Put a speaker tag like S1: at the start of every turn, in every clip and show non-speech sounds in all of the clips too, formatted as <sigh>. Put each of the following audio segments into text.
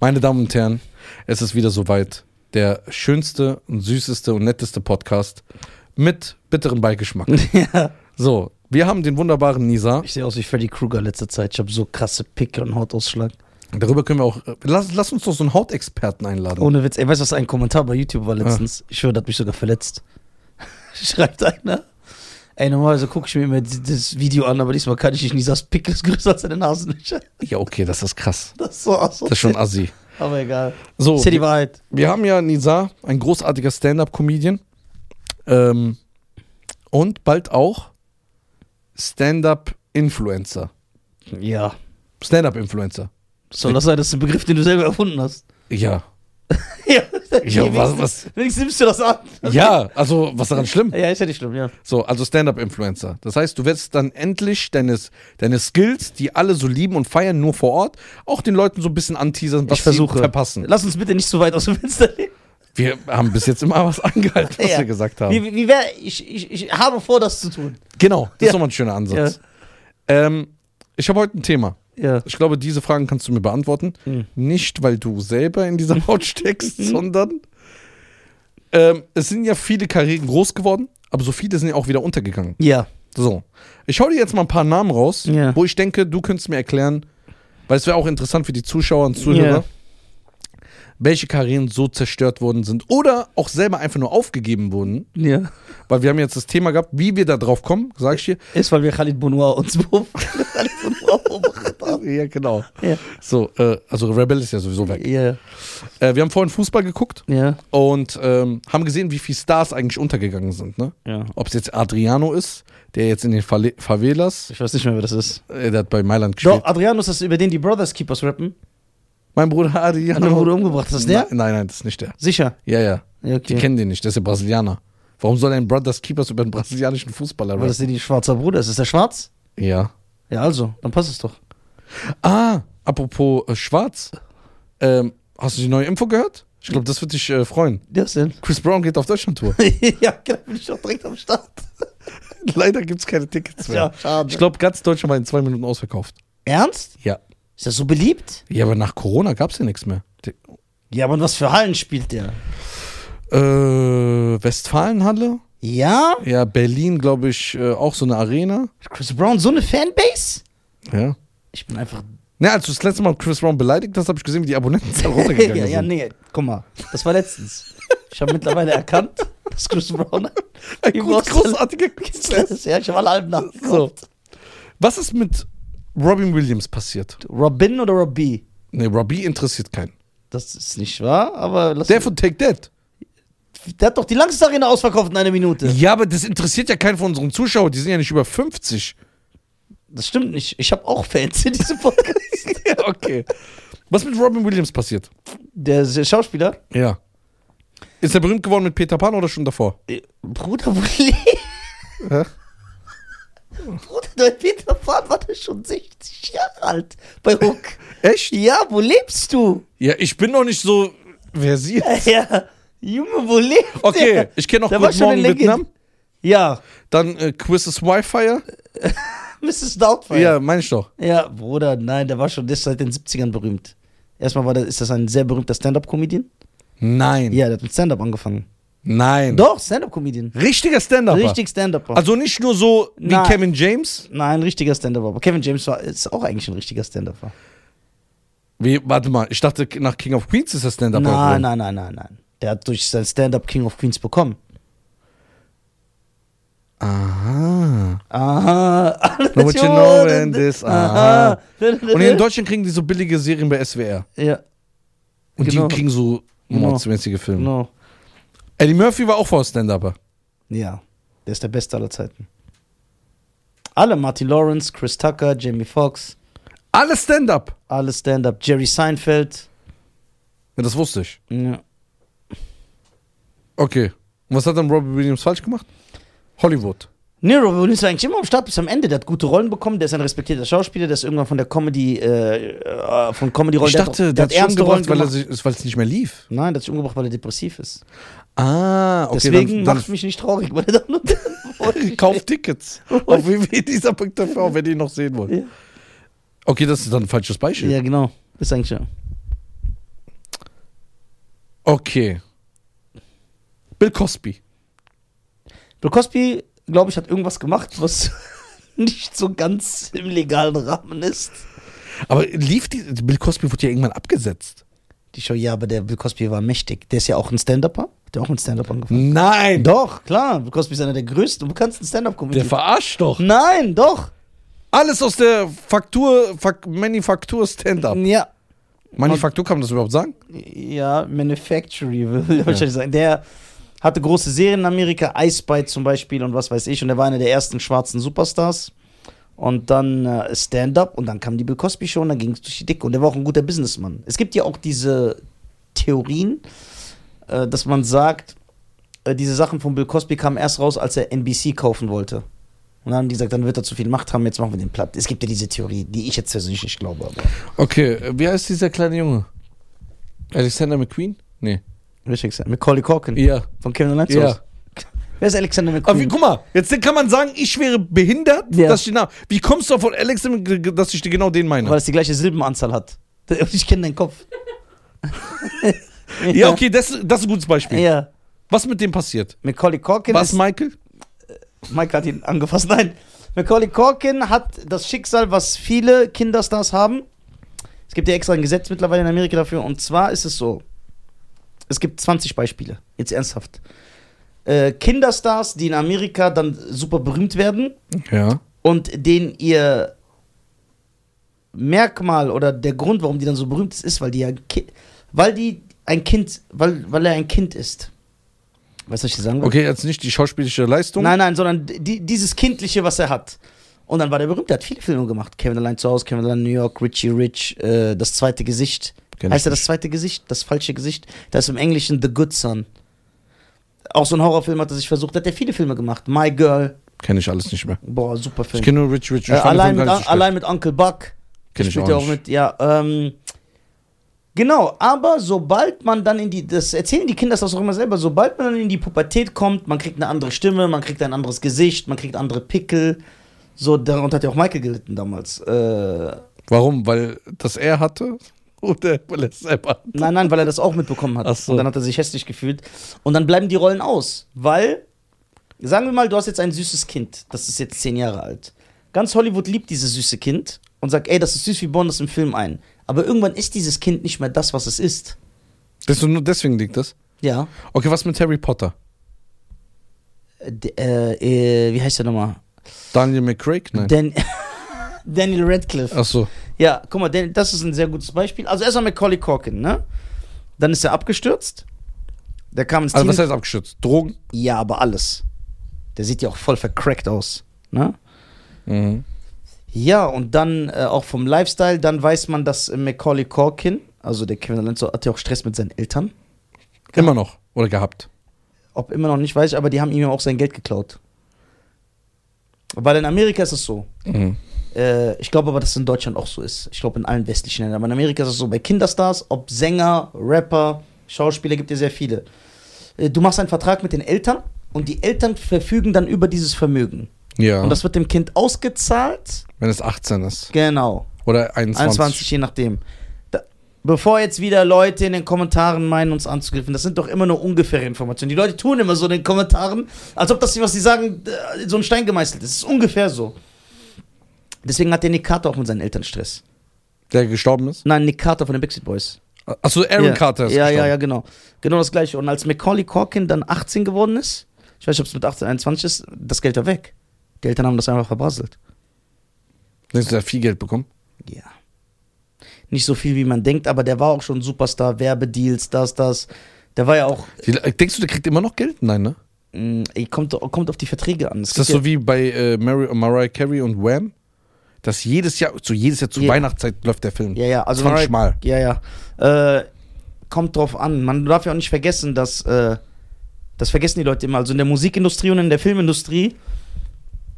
S1: Meine Damen und Herren, es ist wieder soweit. Der schönste und süßeste und netteste Podcast mit bitterem
S2: <laughs>
S1: Beigeschmack.
S2: ja.
S1: So, wir haben den wunderbaren Nisa.
S2: Ich sehe aus wie Freddy Krueger letzter Zeit. Ich habe so krasse Pickel und Hautausschlag.
S1: Darüber können wir auch. Lass, lass uns doch so einen Hautexperten einladen.
S2: Ohne Witz. Ey, weißt du, was ein Kommentar bei YouTube war letztens?
S1: Ah.
S2: Ich höre, das hat mich sogar verletzt. <laughs> Schreibt einer. Ey, normalerweise gucke ich mir immer d- das Video an, aber diesmal kann ich nicht. Nisas Pickel ist größer als seine Nasenlöcher.
S1: Ja, okay, das ist krass.
S2: <laughs> Das ist so
S1: Das ist
S2: aus.
S1: schon Oh. assi.
S2: Aber egal.
S1: So,
S2: Ist ja die Wahrheit.
S1: wir haben ja Nisa, ein großartiger Stand-up-Comedian. Ähm, und bald auch Stand-up-Influencer.
S2: Ja.
S1: Stand-up-Influencer.
S2: Soll das sein? Das ist ein Begriff, den du selber erfunden hast. <laughs>
S1: Ja.
S2: ja.
S1: Ja, was, was?
S2: Wenigstens nimmst du das an.
S1: Ja, also was daran schlimm?
S2: Ja, ist ja nicht schlimm, ja.
S1: So, also Stand-up-Influencer. Das heißt, du wirst dann endlich deine, deine Skills, die alle so lieben und feiern, nur vor Ort, auch den Leuten so ein bisschen anteasern, was
S2: ich versuche.
S1: sie verpassen.
S2: Lass uns bitte nicht zu weit aus dem Fenster lehnen.
S1: Wir haben bis jetzt immer was <laughs> angehalten, was
S2: Ja.
S1: wir gesagt haben.
S2: Wie, wie, wie wär, ich, ich, ich habe vor, das zu tun.
S1: genau, das ist
S2: Ja.
S1: nochmal ein schöner Ansatz. Ähm, ich habe heute ein Thema.
S2: Ja.
S1: Ich glaube, diese Fragen kannst du mir beantworten.
S2: Mhm.
S1: Nicht, weil du selber in
S2: <laughs>
S1: dieser Haut steckst,
S2: Hm.
S1: sondern ähm, es sind ja viele Karrieren groß geworden, aber so viele sind ja auch wieder untergegangen.
S2: Ja.
S1: So. Ich hau dir jetzt mal ein paar Namen raus,
S2: Ja.
S1: wo ich denke, du könntest mir erklären, weil es wäre auch interessant für die Zuschauer und Zuhörer,
S2: Ja.
S1: welche Karrieren so zerstört worden sind oder auch selber einfach nur aufgegeben wurden.
S2: Ja.
S1: Weil wir haben jetzt das Thema gehabt, wie wir da drauf kommen, sag ich dir.
S2: Ist, weil wir Khalid Bonoir uns <laughs> beobachten. Khalid Bonoir beobachtet haben.
S1: Ja, genau.
S2: Ja.
S1: So, äh, also Rebel ist ja sowieso weg.
S2: Ja.
S1: Äh, wir haben vorhin Fußball geguckt
S2: Ja.
S1: und ähm, haben gesehen, wie viele Stars eigentlich untergegangen sind. Ne?
S2: Ja.
S1: Ob es jetzt Adriano ist, der jetzt in den Fale Favelas,
S2: Ich weiß nicht mehr, wer das ist.
S1: äh, der hat bei Mailand gespielt.
S2: Doch, Adriano ist das, über den die Brothers Keepers rappen.
S1: Mein Bruder
S2: Hat er
S1: Adriano.
S2: wurde umgebracht. Ist das der?
S1: Nein, nein, nein, das ist nicht der.
S2: Sicher.
S1: Ja, ja.
S2: Ja,
S1: Die
S2: okay.
S1: kennen den nicht, der ist ja Brasilianer. Warum soll ein Brothers Keepers über einen brasilianischen Fußballer
S2: Weil das
S1: rappen?
S2: der die schwarzer Bruder ist. Ist der schwarz?
S1: Ja.
S2: Ja, also. Dann passt es doch.
S1: Ah, apropos äh, Schwarz. Ähm, hast du die neue Info gehört? Ich glaube, das wird dich äh, freuen.
S2: Der ist denn?
S1: Chris Brown geht auf Deutschland-Tour.
S2: <laughs> ja, genau. Bin ich doch direkt am Start.
S1: <laughs> Leider gibt es keine Tickets mehr.
S2: Ja, schade.
S1: Ich glaube, ganz Deutschland war in zwei Minuten ausverkauft.
S2: Ernst?
S1: Ja.
S2: Ist das so beliebt?
S1: Ja, aber nach Corona gab es ja nichts mehr. Die,
S2: Ja, aber in was für Hallen spielt der?
S1: äh, Westfalenhalle?
S2: Ja?
S1: Ja, Berlin, glaube ich, äh, auch so eine Arena.
S2: Chris Brown, so eine Fanbase?
S1: Ja.
S2: Ich bin einfach.
S1: Na, Ne, als du das letzte Mal Chris Brown beleidigt hast, habe ich gesehen, wie die Abonnentenzahl runtergegangen
S2: <laughs> ja,
S1: sind.
S2: ja, nee, guck mal. Das war letztens. Ich habe mittlerweile erkannt, dass Chris Brown.
S1: Ein
S2: Im
S1: <laughs> gut,
S2: Ausland.
S1: großartiger Künstler.
S2: ja, ich habe alle Alben nachgeguckt.
S1: Was ist mit Robin Williams passiert?
S2: Robin oder Robbie?
S1: Nee, Robbie interessiert keinen.
S2: Das ist nicht wahr, aber lass
S1: Der von Take That.
S2: der hat doch die langste Arena ausverkauft in einer Minute.
S1: Ja, aber das interessiert ja keinen von unseren Zuschauern. Die sind ja nicht über 50.
S2: Das stimmt nicht. Ich habe auch Fans in diesem Podcast. <laughs>
S1: Ja, okay. Was mit Robin Williams passiert?
S2: der ist der Schauspieler.
S1: Ja. Ist er berühmt geworden mit Peter Pan oder schon davor?
S2: Äh, Bruder, wo lebst
S1: Hä?
S2: Bruder, der Peter Pan war doch schon 60 Jahre alt bei Hook.
S1: Echt?
S2: ja, wo lebst du?
S1: Ja, ich bin noch nicht so versiert.
S2: <laughs> Ja, Junge, wo lebt
S1: Okay,
S2: der?
S1: ich kenne noch
S2: Der war
S1: Good
S2: schon eine
S1: Morning
S2: Legende.
S1: Vietnam.
S2: Ja,
S1: Dann äh, Quizzes Wi-Fi.
S2: Mrs. Doubtfire.
S1: Ja, meine ich doch.
S2: ja, Bruder, nein, der war schon das seit den 70ern berühmt. Erstmal war der, ist das ein sehr berühmter Stand-Up-Comedian.
S1: Nein.
S2: Ja, der hat mit Stand-Up angefangen.
S1: Nein.
S2: Doch, Stand-Up-Comedian.
S1: Richtiger Stand-Up.
S2: Richtig Stand-Up.
S1: Also nicht nur so wie
S2: Nein.
S1: Kevin James.
S2: nein, richtiger Stand-Up. Aber Kevin James war, ist auch eigentlich ein richtiger Stand-Up.
S1: Wie, warte mal, ich dachte, nach King of Queens ist das Stand-Up. auch
S2: Nein,
S1: drin.
S2: nein, nein, nein, nein. Der hat durch sein Stand-Up King of Queens bekommen.
S1: Aha.
S2: Aha. <laughs>
S1: Know what you know and this, aha. Und
S2: Und
S1: in Deutschland kriegen die so billige Serien bei SWR.
S2: Ja,
S1: Und
S2: Genau.
S1: die kriegen so
S2: Genau.
S1: mordsmäßige Filme.
S2: genau.
S1: Eddie Murphy war auch vor Stand-Upper.
S2: Ja, der ist der Beste aller Zeiten. Alle, Martin Lawrence, Chris Tucker, Jamie Foxx,
S1: Alles Stand-Up.
S2: alle Stand-Up, Jerry Seinfeld.
S1: Ja, das wusste ich.
S2: Ja.
S1: Okay. Und was hat dann Robbie Williams falsch gemacht? Hollywood.
S2: Nero Williams war eigentlich immer am Start bis am Ende. Der hat gute Rollen bekommen, der ist ein respektierter Schauspieler, der ist irgendwann von der Comedy, äh, äh, von Comedy-Rollen.
S1: Ich dachte, der hat
S2: ernste
S1: schon gebracht, weil
S2: gemacht.
S1: es weil es nicht mehr lief.
S2: Nein, der hat sich umgebracht, weil er depressiv ist.
S1: Ah, okay.
S2: Deswegen
S1: dann,
S2: macht mich nicht traurig, weil
S1: <laughs>
S2: er dann
S1: dann kauft Tickets auf www.dieser.tv, wenn ihr ihn noch sehen wollt.
S2: Ja.
S1: Okay, das ist dann ein falsches Beispiel.
S2: Ja, genau. Ist eigentlich ja.
S1: Okay. Bill Cosby.
S2: Bill Cosby, glaube ich, hat irgendwas gemacht, was <laughs> nicht so ganz im legalen Rahmen ist.
S1: Aber lief die. Bill Cosby wurde ja irgendwann abgesetzt.
S2: Die Show, ja, aber der Bill Cosby war mächtig. Der ist ja auch ein Stand-Upper. Der hat auch mit Stand-Up angefangen.
S1: Nein!
S2: Doch, klar. Bill Cosby ist einer der größten und bekanntesten Stand-Up-Comedians.
S1: Der verarscht doch.
S2: Nein, doch.
S1: Alles aus der Faktur, Fak Manufaktur Stand-Up.
S2: Ja.
S1: Manufaktur kann man das überhaupt sagen?
S2: Ja, Manufactory, <laughs> will ich wahrscheinlich sagen. Der hatte große Serien in Amerika, Ice Bite zum Beispiel und was weiß ich. Und er war einer der ersten schwarzen Superstars. Und dann äh, Stand-Up und dann kam die Bill Cosby Show und dann ging es durch die Decke. Und er war auch ein guter Businessmann. Es gibt ja auch diese Theorien, äh, dass man sagt, äh, diese Sachen von Bill Cosby kamen erst raus, als er NBC kaufen wollte. Und dann haben die gesagt, dann wird er zu viel Macht haben, jetzt machen wir den platt. Es gibt ja diese Theorie, die ich jetzt persönlich nicht glaube. Aber
S1: Okay, äh, wie heißt dieser kleine Junge? Alexander McQueen? Nee.
S2: richtig gesagt. Macaulay Corkin
S1: Ja.
S2: von Kevin Alliance.
S1: Ja.
S2: <laughs> Wer ist Alexander
S1: Aber wie,
S2: McQueen?
S1: guck mal, jetzt kann man sagen, ich wäre behindert,
S2: Ja.
S1: dass ich den Namen. Wie kommst du auf von Alexander, McQueen, dass ich dir genau den meine?
S2: Weil es die gleiche Silbenanzahl hat. <laughs> Ich kenne deinen Kopf.
S1: <laughs> Ja, okay, das, das ist ein gutes Beispiel.
S2: <laughs> Ja. Genau,
S1: Was mit dem passiert?
S2: Macaulay Corkin
S1: Was,
S2: ist-
S1: Michael?
S2: Mike hat ihn angefasst. Nein. Macaulay Corkin hat das Schicksal, was viele Kinderstars haben. Es gibt ja extra ein Gesetz mittlerweile in Amerika dafür. Und zwar ist es so: Es gibt 20 Beispiele. Jetzt ernsthaft. Äh, Kinderstars, die in Amerika dann super berühmt werden
S1: Ja.
S2: und denen ihr Merkmal oder der Grund, warum die dann so berühmt ist, ist, weil die ja ki weil die ein Kind, weil, weil er ein Kind ist. Weißt du, was ich sagen will?
S1: Okay, jetzt nicht die schauspielische Leistung.
S2: Nein, nein, sondern die, dieses Kindliche, was er hat. Und dann war der berühmt, der hat viele Filme gemacht. Kevin Allein zu Hause, Kevin Allein in New York, Richie Rich, äh, Das zweite Gesicht.
S1: Kenn ich
S2: heißt er
S1: nicht.
S2: Das zweite Gesicht? Das falsche Gesicht? Da ist im Englischen The Good Son. Auch so ein Horrorfilm hat er sich versucht, hat er viele Filme gemacht. My Girl,
S1: Kenne ich alles nicht mehr.
S2: boah, super
S1: Ich
S2: Film.
S1: kenne nur Rich Rich.
S2: äh, allein, mit, allein mit Uncle Buck.
S1: Kenne ich
S2: Spielt
S1: auch,
S2: ja
S1: nicht.
S2: mit, ja, ähm, genau, aber sobald man dann in die, das erzählen die Kinder das auch immer selber, sobald man dann in die Pubertät kommt, man kriegt eine andere Stimme, man kriegt ein anderes Gesicht, man kriegt andere Pickel. So, darunter hat ja auch Michael gelitten damals. Äh,
S1: Warum? Weil das er hatte? Oder <laughs> weil er es selber hatte?
S2: nein, nein, weil er das auch mitbekommen hat.
S1: Ach so.
S2: Und dann hat er sich hässlich gefühlt. Und dann bleiben die Rollen aus, weil, sagen wir mal, du hast jetzt ein süßes Kind, das ist jetzt zehn Jahre alt. Ganz Hollywood liebt dieses süße Kind und sagt, ey, das ist süß, wir bauen das im Film ein. Aber irgendwann ist dieses Kind nicht mehr das, was es ist.
S1: Das ist nur deswegen liegt das.
S2: Ja.
S1: Okay, was mit Harry Potter?
S2: D äh, äh, wie heißt der nochmal?
S1: Daniel McCraig? Nein.
S2: Dan <laughs> Daniel Radcliffe.
S1: Ach so.
S2: Ja, guck mal, Dan das ist ein sehr gutes Beispiel. Also erstmal Macaulay Corkin, ne? Dann ist er abgestürzt. Der kam ins
S1: Also was
S2: Team.
S1: heißt abgeschützt? Drogen?
S2: Ja, aber alles. Der sieht ja auch voll vercrackt aus, ne?
S1: Mhm.
S2: Ja, und dann äh, auch vom Lifestyle, dann weiß man, dass äh, Macaulay Corkin, also der Kevin Alonso, hat ja auch Stress mit seinen Eltern.
S1: Immer noch. Oder gehabt.
S2: Ob immer noch nicht weiß ich, aber die haben ihm ja auch sein Geld geklaut. Weil in Amerika ist es so,
S1: Mhm.
S2: Äh, ich glaube aber, dass es in Deutschland auch so ist. Ich glaube in allen westlichen Ländern. Aber in Amerika ist es so, bei Kinderstars, ob Sänger, Rapper, Schauspieler, gibt es sehr viele. Äh, du machst einen Vertrag mit den Eltern und die Eltern verfügen dann über dieses Vermögen.
S1: Ja.
S2: Und das wird dem Kind ausgezahlt.
S1: wenn es 18 ist.
S2: Genau.
S1: Oder 21.
S2: 21, je nachdem. Da, bevor jetzt wieder Leute in den Kommentaren meinen, uns anzugriffen, das sind doch immer nur ungefähre Informationen. Die Leute tun immer so in den Kommentaren, als ob das, was sie sagen, äh, in so ein Stein gemeißelt ist. Das ist ungefähr so. Deswegen hat der Nick Carter auch mit seinen Eltern Stress.
S1: Der gestorben ist?
S2: Nein, Nick Carter von den Backstreet Boys.
S1: Achso, Aaron
S2: ja.
S1: Carter ist
S2: Ja, ja,
S1: gestorben.
S2: ja, genau. Genau das gleiche. Und als Macaulay Corkin dann 18 geworden ist, ich weiß nicht, ob es mit 18, 21 ist, das Geld war weg. Die Eltern haben das einfach verbaselt.
S1: Denkst du, der hat viel Geld bekommen?
S2: Ja. Nicht so viel, wie man denkt, aber der war auch schon Superstar, Werbedeals, das, das. Der war ja auch,
S1: Die, denkst du, der kriegt immer noch Geld? Nein, ne?
S2: mh, ey, kommt, kommt auf die Verträge an. Es
S1: Ist das
S2: gibt
S1: so wie bei äh, Mary, Mariah Carey und Wham? Dass jedes Jahr, zu jedes Jahr zu
S2: Ja.
S1: Weihnachtszeit läuft der Film.
S2: ja, ja, ja, also
S1: 20 Mal.
S2: Ja, ja. Äh, kommt drauf an. Man darf ja auch nicht vergessen, dass äh, das vergessen die Leute immer. Also in der Musikindustrie und in der Filmindustrie,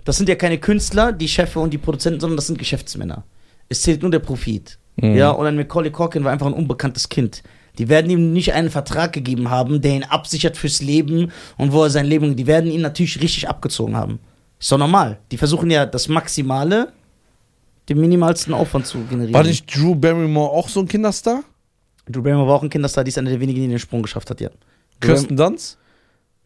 S2: das sind ja keine Künstler, die Chefe und die Produzenten, sondern das sind Geschäftsmänner. Es zählt nur der Profit.
S1: Mhm.
S2: Ja, und ein Macaulay Corkin war einfach ein unbekanntes Kind. Die werden ihm nicht einen Vertrag gegeben haben, der ihn absichert fürs Leben und wo er sein Leben. Die werden ihn natürlich richtig abgezogen haben. Ist doch normal. Die versuchen ja das Maximale, den minimalsten Aufwand zu generieren.
S1: War nicht Drew Barrymore auch so ein Kinderstar?
S2: Drew Barrymore war auch ein Kinderstar, die ist einer der wenigen, die den Sprung geschafft hat, ja. Drew Barry-
S1: Kirsten Dunst?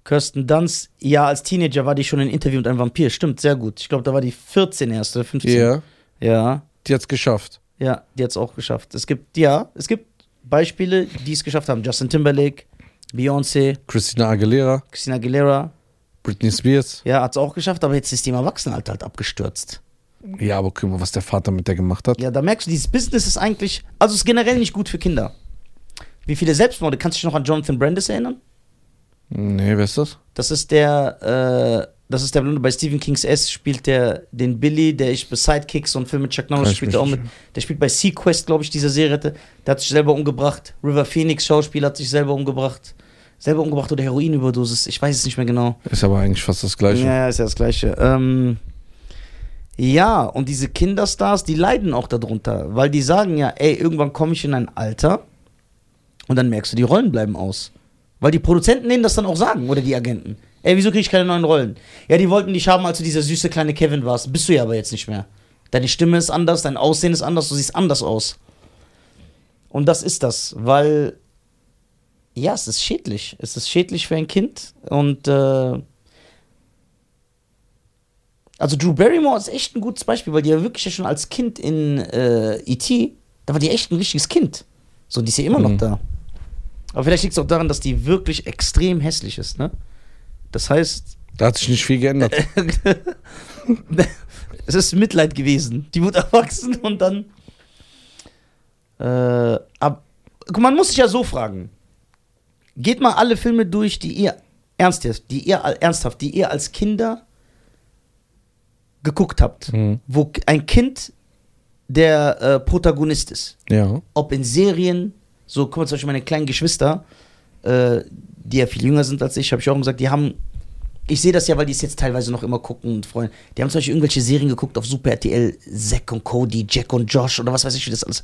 S2: Kirsten Dunst, ja, als Teenager war die schon in Interview mit einem Vampir, stimmt, sehr gut. Ich glaube, da war die 14 erst oder 15.
S1: Ja.
S2: Ja,
S1: Die hat's geschafft.
S2: ja, die hat's auch geschafft. Es gibt, ja, es gibt Beispiele, die es geschafft haben. Justin Timberlake, Beyoncé,
S1: Christina Aguilera,
S2: Christina Aguilera,
S1: Britney Spears.
S2: ja, hat's auch geschafft, aber jetzt ist die im Erwachsenenalter halt abgestürzt.
S1: Ja, aber guck mal, was der Vater mit der gemacht hat.
S2: Ja, da merkst du, dieses Business ist eigentlich, also ist generell nicht gut für Kinder. Wie viele Selbstmorde, kannst du dich noch an Jonathan Brandis erinnern?
S1: Nee, wer ist das?
S2: Das ist der, äh, das ist der Blonde bei Stephen King's S spielt der den Billy, der ich bei Sidekicks und Film mit Chuck Norris
S1: Kann ich
S2: spielt
S1: mich
S2: er auch
S1: nicht
S2: mit. Der spielt bei Sequest, glaube ich, dieser Serie. hatte- Der hat sich selber umgebracht. River Phoenix Schauspieler hat sich selber umgebracht. Selber umgebracht oder Heroinüberdosis. Ich weiß es nicht mehr genau.
S1: Ist aber eigentlich fast das gleiche.
S2: Ja, ja, ist ja das Gleiche. Ähm, ja, und diese Kinderstars, die leiden auch darunter, weil die sagen ja, ey, irgendwann komme ich in ein Alter und dann merkst du, die Rollen bleiben aus. Weil die Produzenten denen das dann auch sagen oder die Agenten. Ey, wieso kriege ich keine neuen Rollen? Ja, die wollten dich haben, als du dieser süße kleine Kevin warst. Bist du ja aber jetzt nicht mehr. Deine Stimme ist anders, dein Aussehen ist anders, du siehst anders aus. Und das ist das, weil ja, es ist schädlich. Es ist schädlich für ein Kind und äh, also Drew Barrymore ist echt ein gutes Beispiel, weil die ja wirklich ja schon als Kind in äh, E.T., da war die echt ein richtiges Kind. So, die ist ja immer noch
S1: Mhm.
S2: da. Aber vielleicht liegt es auch daran, dass die wirklich extrem hässlich ist, ne? Das heißt,
S1: Da hat sich nicht viel
S2: <laughs>
S1: geändert.
S2: es ist Mitleid gewesen. Die wurde <laughs> erwachsen und dann. Äh, ab, guck, man muss sich ja so fragen. Geht mal alle Filme durch, die ihr ernsthaft, die ihr ernsthaft, die ihr als Kinder geguckt habt,
S1: Mhm.
S2: wo k- ein Kind der äh, Protagonist ist.
S1: ja.
S2: Ob in Serien, so guck mal zum Beispiel meine kleinen Geschwister, äh, die ja viel jünger sind als ich, habe ich auch gesagt, die haben ich sehe das ja, weil die es jetzt teilweise noch immer gucken und freuen. Die haben zum Beispiel irgendwelche Serien geguckt auf Super RTL, Zack und Cody, Jack und Josh oder was weiß ich, wie das alles.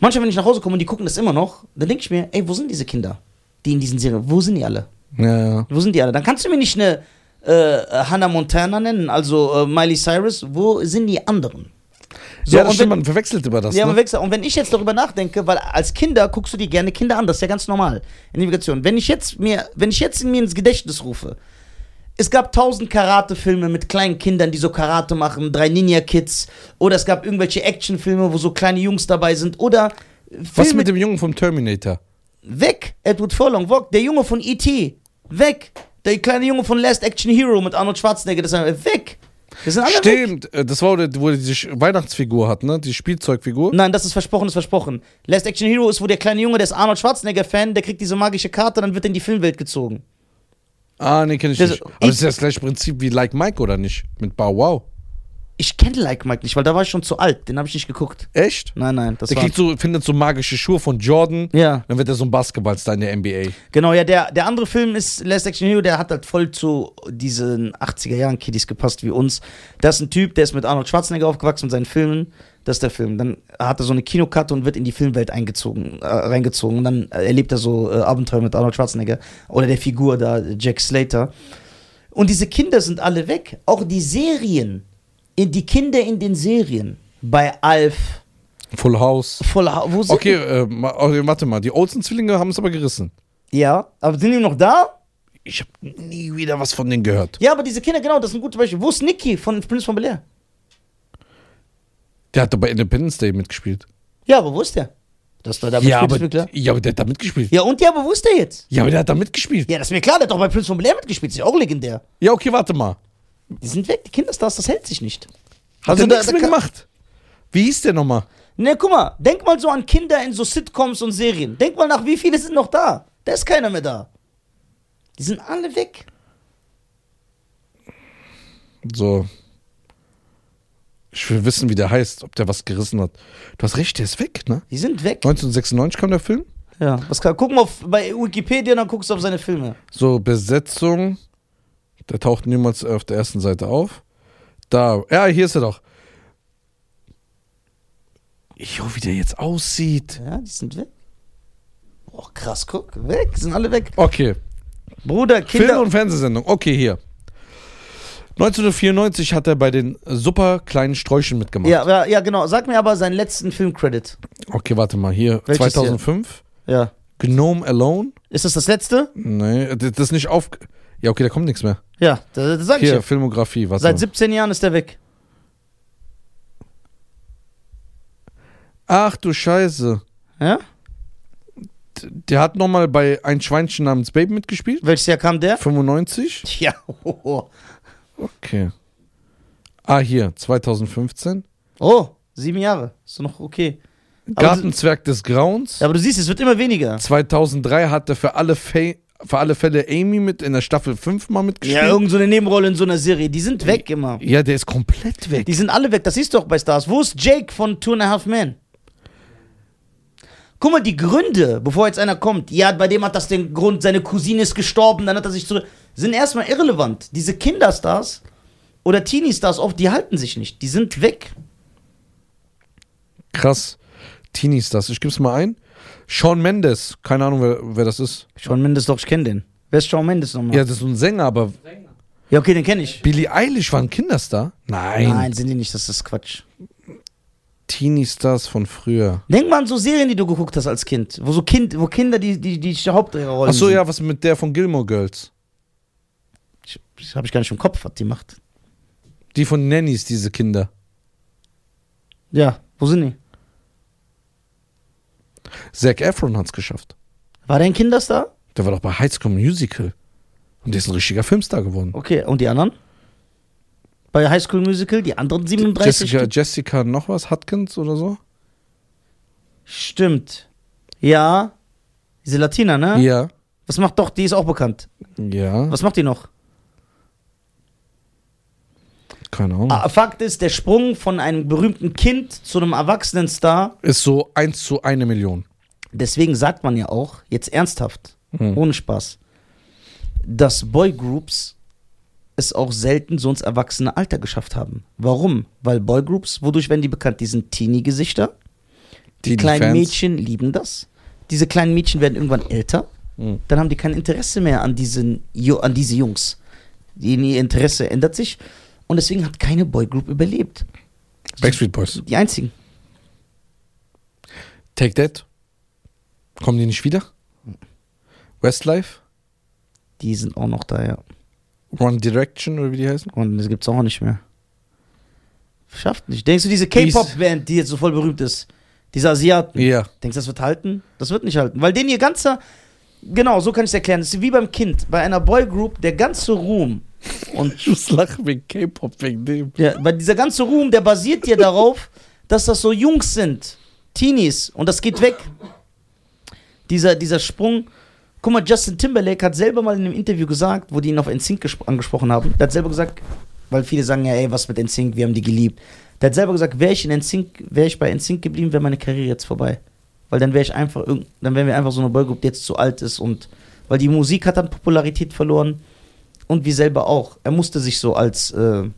S2: Manchmal, wenn ich nach Hause komme und die gucken das immer noch, dann denke ich mir, ey, wo sind diese Kinder, die in diesen Serien, wo sind die alle?
S1: Ja, ja.
S2: Wo sind die alle? Dann kannst du mir nicht eine äh, Hannah Montana nennen, also äh, Miley Cyrus, wo sind die anderen? So,
S1: ja, das
S2: und
S1: stimmt,
S2: wenn-
S1: man verwechselt über das.
S2: ja,
S1: ne?
S2: aber Wechsel. Und wenn ich jetzt darüber nachdenke, weil als Kinder guckst du dir gerne Kinder an, das ist ja ganz normal. in Navigation. Wenn ich jetzt mir, wenn ich jetzt in mir ins Gedächtnis rufe, es gab tausend Karate-Filme mit kleinen Kindern, die so Karate machen, drei Ninja-Kids, oder es gab irgendwelche Actionfilme, wo so kleine Jungs dabei sind, oder
S1: Was
S2: Filme-
S1: mit dem Jungen vom Terminator?
S2: weg, Edward Furlong, weg, der Junge von E.T., weg, der kleine Junge von Last Action Hero mit Arnold Schwarzenegger, das ist weg. Das sind alle weg.
S1: Stimmt, äh, das war, wo der- wo er diese Sch- Weihnachtsfigur hat, ne? Die Spielzeugfigur.
S2: Nein, das ist versprochen, ist versprochen. Last Action Hero ist, wo der kleine Junge, der ist Arnold Schwarzenegger-Fan, der kriegt diese magische Karte, dann wird er in die Filmwelt gezogen.
S1: Ah, nee, kenne ich
S2: Das-
S1: nicht. Aber
S2: ich-
S1: das ist ja das gleiche Prinzip wie Like Mike, oder nicht? Mit Bow Wow.
S2: Ich kenne Like Mike nicht, weil da war ich schon zu alt, den habe ich nicht geguckt.
S1: Echt?
S2: Nein, nein, das
S1: Der
S2: war.
S1: kriegt so, findet so magische Schuhe von Jordan.
S2: Ja,
S1: Dann wird er so ein Basketballstar in der NBA.
S2: genau, ja, der, der andere Film ist Last Action Hero, der hat halt voll zu diesen 80er-Jahren-Kiddies gepasst wie uns. Das ist ein Typ, der ist mit Arnold Schwarzenegger aufgewachsen mit seinen Filmen. Das ist der Film. Dann hat er so eine Kinokarte und wird in die Filmwelt eingezogen, äh, reingezogen. Und dann äh, erlebt er so äh, Abenteuer mit Arnold Schwarzenegger oder der Figur da, Jack Slater. Und diese Kinder sind alle weg. Auch die Serien, in, die Kinder in den Serien. Bei Alf,
S1: Full House.
S2: voller. Wo sind
S1: Okay, äh, ma- okay, warte mal. Die Olsen-Zwillinge haben es aber gerissen.
S2: die? Ja, aber sind die noch da?
S1: Ich habe nie wieder was von denen gehört.
S2: Ja, aber diese Kinder, genau, das ist ein gutes Beispiel. Wo ist Nicky von Prince von Bel-Air?
S1: Der hat doch bei Independence Day mitgespielt.
S2: Ja, aber wo ist der? Das, da, da
S1: Ja
S2: mitspielt,
S1: aber,
S2: ist mir klar.
S1: ja, aber der hat da mitgespielt.
S2: ja, und ja, aber wo ist der jetzt?
S1: Ja, aber der hat da mitgespielt.
S2: Ja, das ist mir klar, der hat doch bei Prince von Bel-Air mitgespielt, ist ja auch legendär.
S1: Ja, okay, warte mal.
S2: Die sind weg, die Kinderstars, das hält sich nicht.
S1: Hat also er nichts mehr
S2: kann-
S1: gemacht. Wie hieß der nochmal?
S2: Ne, guck mal, denk mal so an Kinder in so Sitcoms und Serien. Denk mal nach, wie viele sind noch da? Da ist keiner mehr da. Die sind alle weg.
S1: So. Ich will wissen, wie der heißt, ob der was gerissen hat. Du hast recht, der ist weg, ne?
S2: Die sind weg.
S1: 1996 kam der Film.
S2: Ja. Was kann, guck mal auf, bei Wikipedia, dann guckst du auf seine Filme.
S1: So, Besetzung. Der taucht niemals auf der ersten Seite auf. Da. Ja, hier ist er doch. Jo, wie der jetzt aussieht.
S2: Ja, die sind weg. Boah, krass, guck, weg, sind alle weg.
S1: Okay.
S2: Bruder,
S1: Film
S2: Kinder.
S1: und Fernsehsendung. Okay, hier. 1994 hat er bei den super kleinen Sträuchen mitgemacht.
S2: Ja, ja, ja, genau. Sag mir aber seinen letzten Film-Credit.
S1: Okay, warte mal. Hier
S2: Welches
S1: 2005.
S2: Ja.
S1: Gnome Alone.
S2: Ist das das letzte?
S1: Nee, das ist nicht auf. Ja, okay, da kommt nichts mehr.
S2: Ja, das, das sag ich.
S1: Hier,
S2: ja.
S1: Filmografie, was?
S2: Seit
S1: so.
S2: 17 Jahren ist der weg.
S1: Ach du Scheiße.
S2: Ja?
S1: D- Der hat nochmal bei Ein Schweinchen namens Baby mitgespielt.
S2: Welches Jahr kam der? <laughs>
S1: 95.
S2: Ja, oh, oh.
S1: Okay. Ah, hier, 2015.
S2: oh, sieben Jahre. Ist doch noch okay. Aber
S1: Gartenzwerg des Grauens.
S2: Ja, aber du siehst, es wird immer weniger.
S1: 2003 hat er für alle, Fa für alle Fälle Amy mit in der Staffel 5 mal
S2: Ja,
S1: mitgespielt.
S2: irgend so eine Nebenrolle in so einer Serie. Die sind weg immer.
S1: Ja, der ist komplett weg.
S2: Die sind alle weg, das siehst du doch bei Stars. Wo ist Jake von Two and a Half Men? Guck mal, die Gründe, bevor jetzt einer kommt, ja, bei dem hat das den Grund, seine Cousine ist gestorben, dann hat er sich zurück. Sind erstmal irrelevant. Diese Kinderstars oder Teenie-Stars oft, die halten sich nicht. Die sind weg.
S1: Krass. Teenies das. Ich geb's mal ein. Sean Mendes. Keine Ahnung, wer, wer das ist.
S2: Shawn Mendes doch, ich kenne den. Wer ist Shawn Mendes nochmal?
S1: Ja,
S2: Ja,
S1: das ist so ein Sänger, aber
S2: okay, den kenne ich.
S1: Billie Eilish war ein Kinderstar? Nein.
S2: Nein, sind die nicht, das ist Quatsch.
S1: Teenie-Stars von früher.
S2: Denk mal an so Serien, die du geguckt hast als Kind, wo so Kind, wo Kinder die, die, die Hauptrolle
S1: Achso, ja, was mit der von Gilmore Girls?
S2: Ich, das habe ich gar nicht im Kopf, was die macht.
S1: Die von Nannies, diese Kinder.
S2: Ja, wo sind die?
S1: Zac Efron hat's geschafft.
S2: War der ein Kinderstar?
S1: Der war doch bei High School Musical. Und der ist ein richtiger Filmstar geworden.
S2: Okay, und die anderen? Bei High School Musical, die anderen 37
S1: Jessica,
S2: Stück?
S1: Jessica noch was? Hutkins oder so?
S2: Stimmt. Ja. Diese Latina, ne?
S1: Ja.
S2: Was macht doch, die ist auch bekannt.
S1: Ja.
S2: Was macht die noch?
S1: Keine Ahnung.
S2: Ah, Fakt ist, der Sprung von einem berühmten Kind zu einem erwachsenen Star,
S1: Ist so 1 zu 1 Million.
S2: deswegen sagt man ja auch, jetzt ernsthaft,
S1: Hm.
S2: ohne Spaß, dass Boygroups es auch selten so ins erwachsene Alter geschafft haben. Warum? Weil Boygroups, wodurch werden die bekannt? Die sind Teenie-Gesichter.
S1: Die, die
S2: kleinen
S1: Fans-
S2: Mädchen lieben das. Diese kleinen Mädchen werden irgendwann älter.
S1: Mhm.
S2: Dann haben die kein Interesse mehr an, diesen, Ju- an diese Jungs. Die, ihr Interesse ändert sich. Und deswegen hat keine Boygroup überlebt.
S1: Backstreet Boys.
S2: Die einzigen.
S1: Take That. Kommen die nicht wieder? Westlife?
S2: Die sind auch noch da, ja.
S1: One Direction oder wie die heißen?
S2: Und das gibt's auch nicht mehr. Schafft nicht. Denkst du, diese
S1: Dies-
S2: K-Pop-Band, die jetzt so voll berühmt ist, diese Asiaten,
S1: Ja.
S2: Denkst du, das wird halten? Das wird nicht halten. Weil den ihr ganzer. Genau, so kann ich es erklären. Das ist wie beim Kind. Bei einer Boygroup, der ganze Ruhm und
S1: Ich muss lachen wegen K-Pop, wegen dem.
S2: Ja, weil dieser ganze Ruhm, der basiert ja darauf, dass das so Jungs sind, Teenies, und das geht weg. Dieser, dieser Sprung. Guck mal, Justin Timberlake hat selber mal in einem Interview gesagt, wo die ihn auf NSYNC gesp- angesprochen haben. Der hat selber gesagt, weil viele sagen ja, ey, was mit NSYNC, wir haben die geliebt. Der hat selber gesagt, wäre ich in NSYNC, wäre ich bei NSYNC geblieben, wäre meine Karriere jetzt vorbei. Weil dann wäre ich einfach, irgend- dann wären wir einfach so eine Boygroup, die jetzt zu alt ist und, weil die Musik hat dann Popularität verloren und wir selber auch. Er musste sich so als, äh,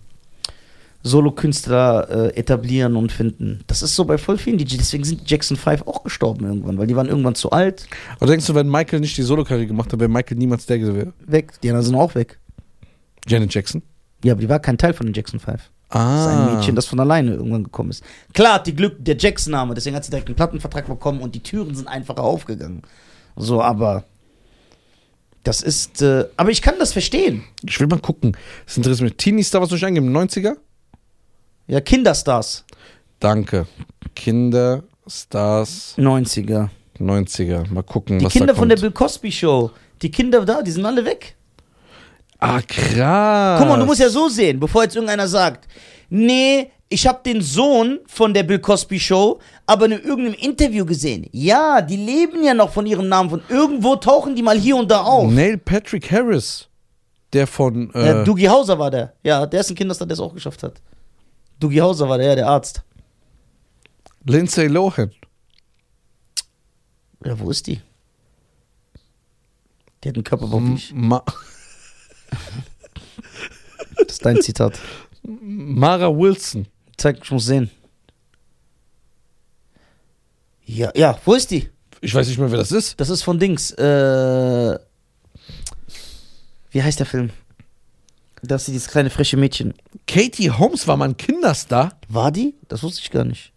S2: Solokünstler äh, etablieren und finden. Das ist so bei voll vielen DJs. Deswegen sind Jackson 5 auch gestorben irgendwann, weil die waren irgendwann zu alt,
S1: Aber denkst du, wenn Michael nicht die Solo-Karriere gemacht hat, wäre Michael niemals der gewesen?
S2: weg. Die anderen sind auch weg.
S1: Janet Jackson?
S2: Ja, aber die war kein Teil von den Jackson 5. Das
S1: Ah.
S2: ist ein Mädchen, das von alleine irgendwann gekommen ist. Klar hat die Glück, der Jackson-Name, deswegen hat sie direkt einen Plattenvertrag bekommen und die Türen sind einfacher aufgegangen. So, aber das ist, äh, aber ich kann das verstehen.
S1: ich will mal gucken. Das interessiert mich. Teenies da was soll ich eingeben? 90er?
S2: Ja, Kinderstars.
S1: Danke. Kinder, Stars,
S2: 90er.
S1: 90er. Mal gucken,
S2: Die
S1: was
S2: Kinder
S1: da
S2: von
S1: kommt.
S2: der Bill Cosby Show. Die Kinder da, die sind alle weg.
S1: ah, krass.
S2: Guck mal, du musst ja so sehen, bevor jetzt irgendeiner sagt, nee, ich habe den Sohn von der Bill Cosby Show, aber in irgendeinem Interview gesehen. Ja, die leben ja noch von ihrem Namen, von irgendwo tauchen die mal hier und da auf.
S1: Neil Patrick Harris. Der von. Äh,
S2: Ja, Doogie Hauser war der. Ja, der ist ein Kinderstar, der es auch geschafft hat. Doogie Hauser war der, ja, der Arzt.
S1: Lindsay Lohan.
S2: Ja, wo ist die? Die hat einen Körperbau wie
S1: M-
S2: ich.
S1: Ma
S2: Das ist dein Zitat.
S1: Mara Wilson.
S2: Zeig, ich muss sehen. Ja, ja, wo ist die?
S1: Ich weiß nicht mehr, wer das ist.
S2: Das ist von Dings. Äh, wie heißt der Film? Das ist dieses kleine frische Mädchen.
S1: Katie Holmes war mal ein Kinderstar.
S2: War die? Das wusste ich gar nicht.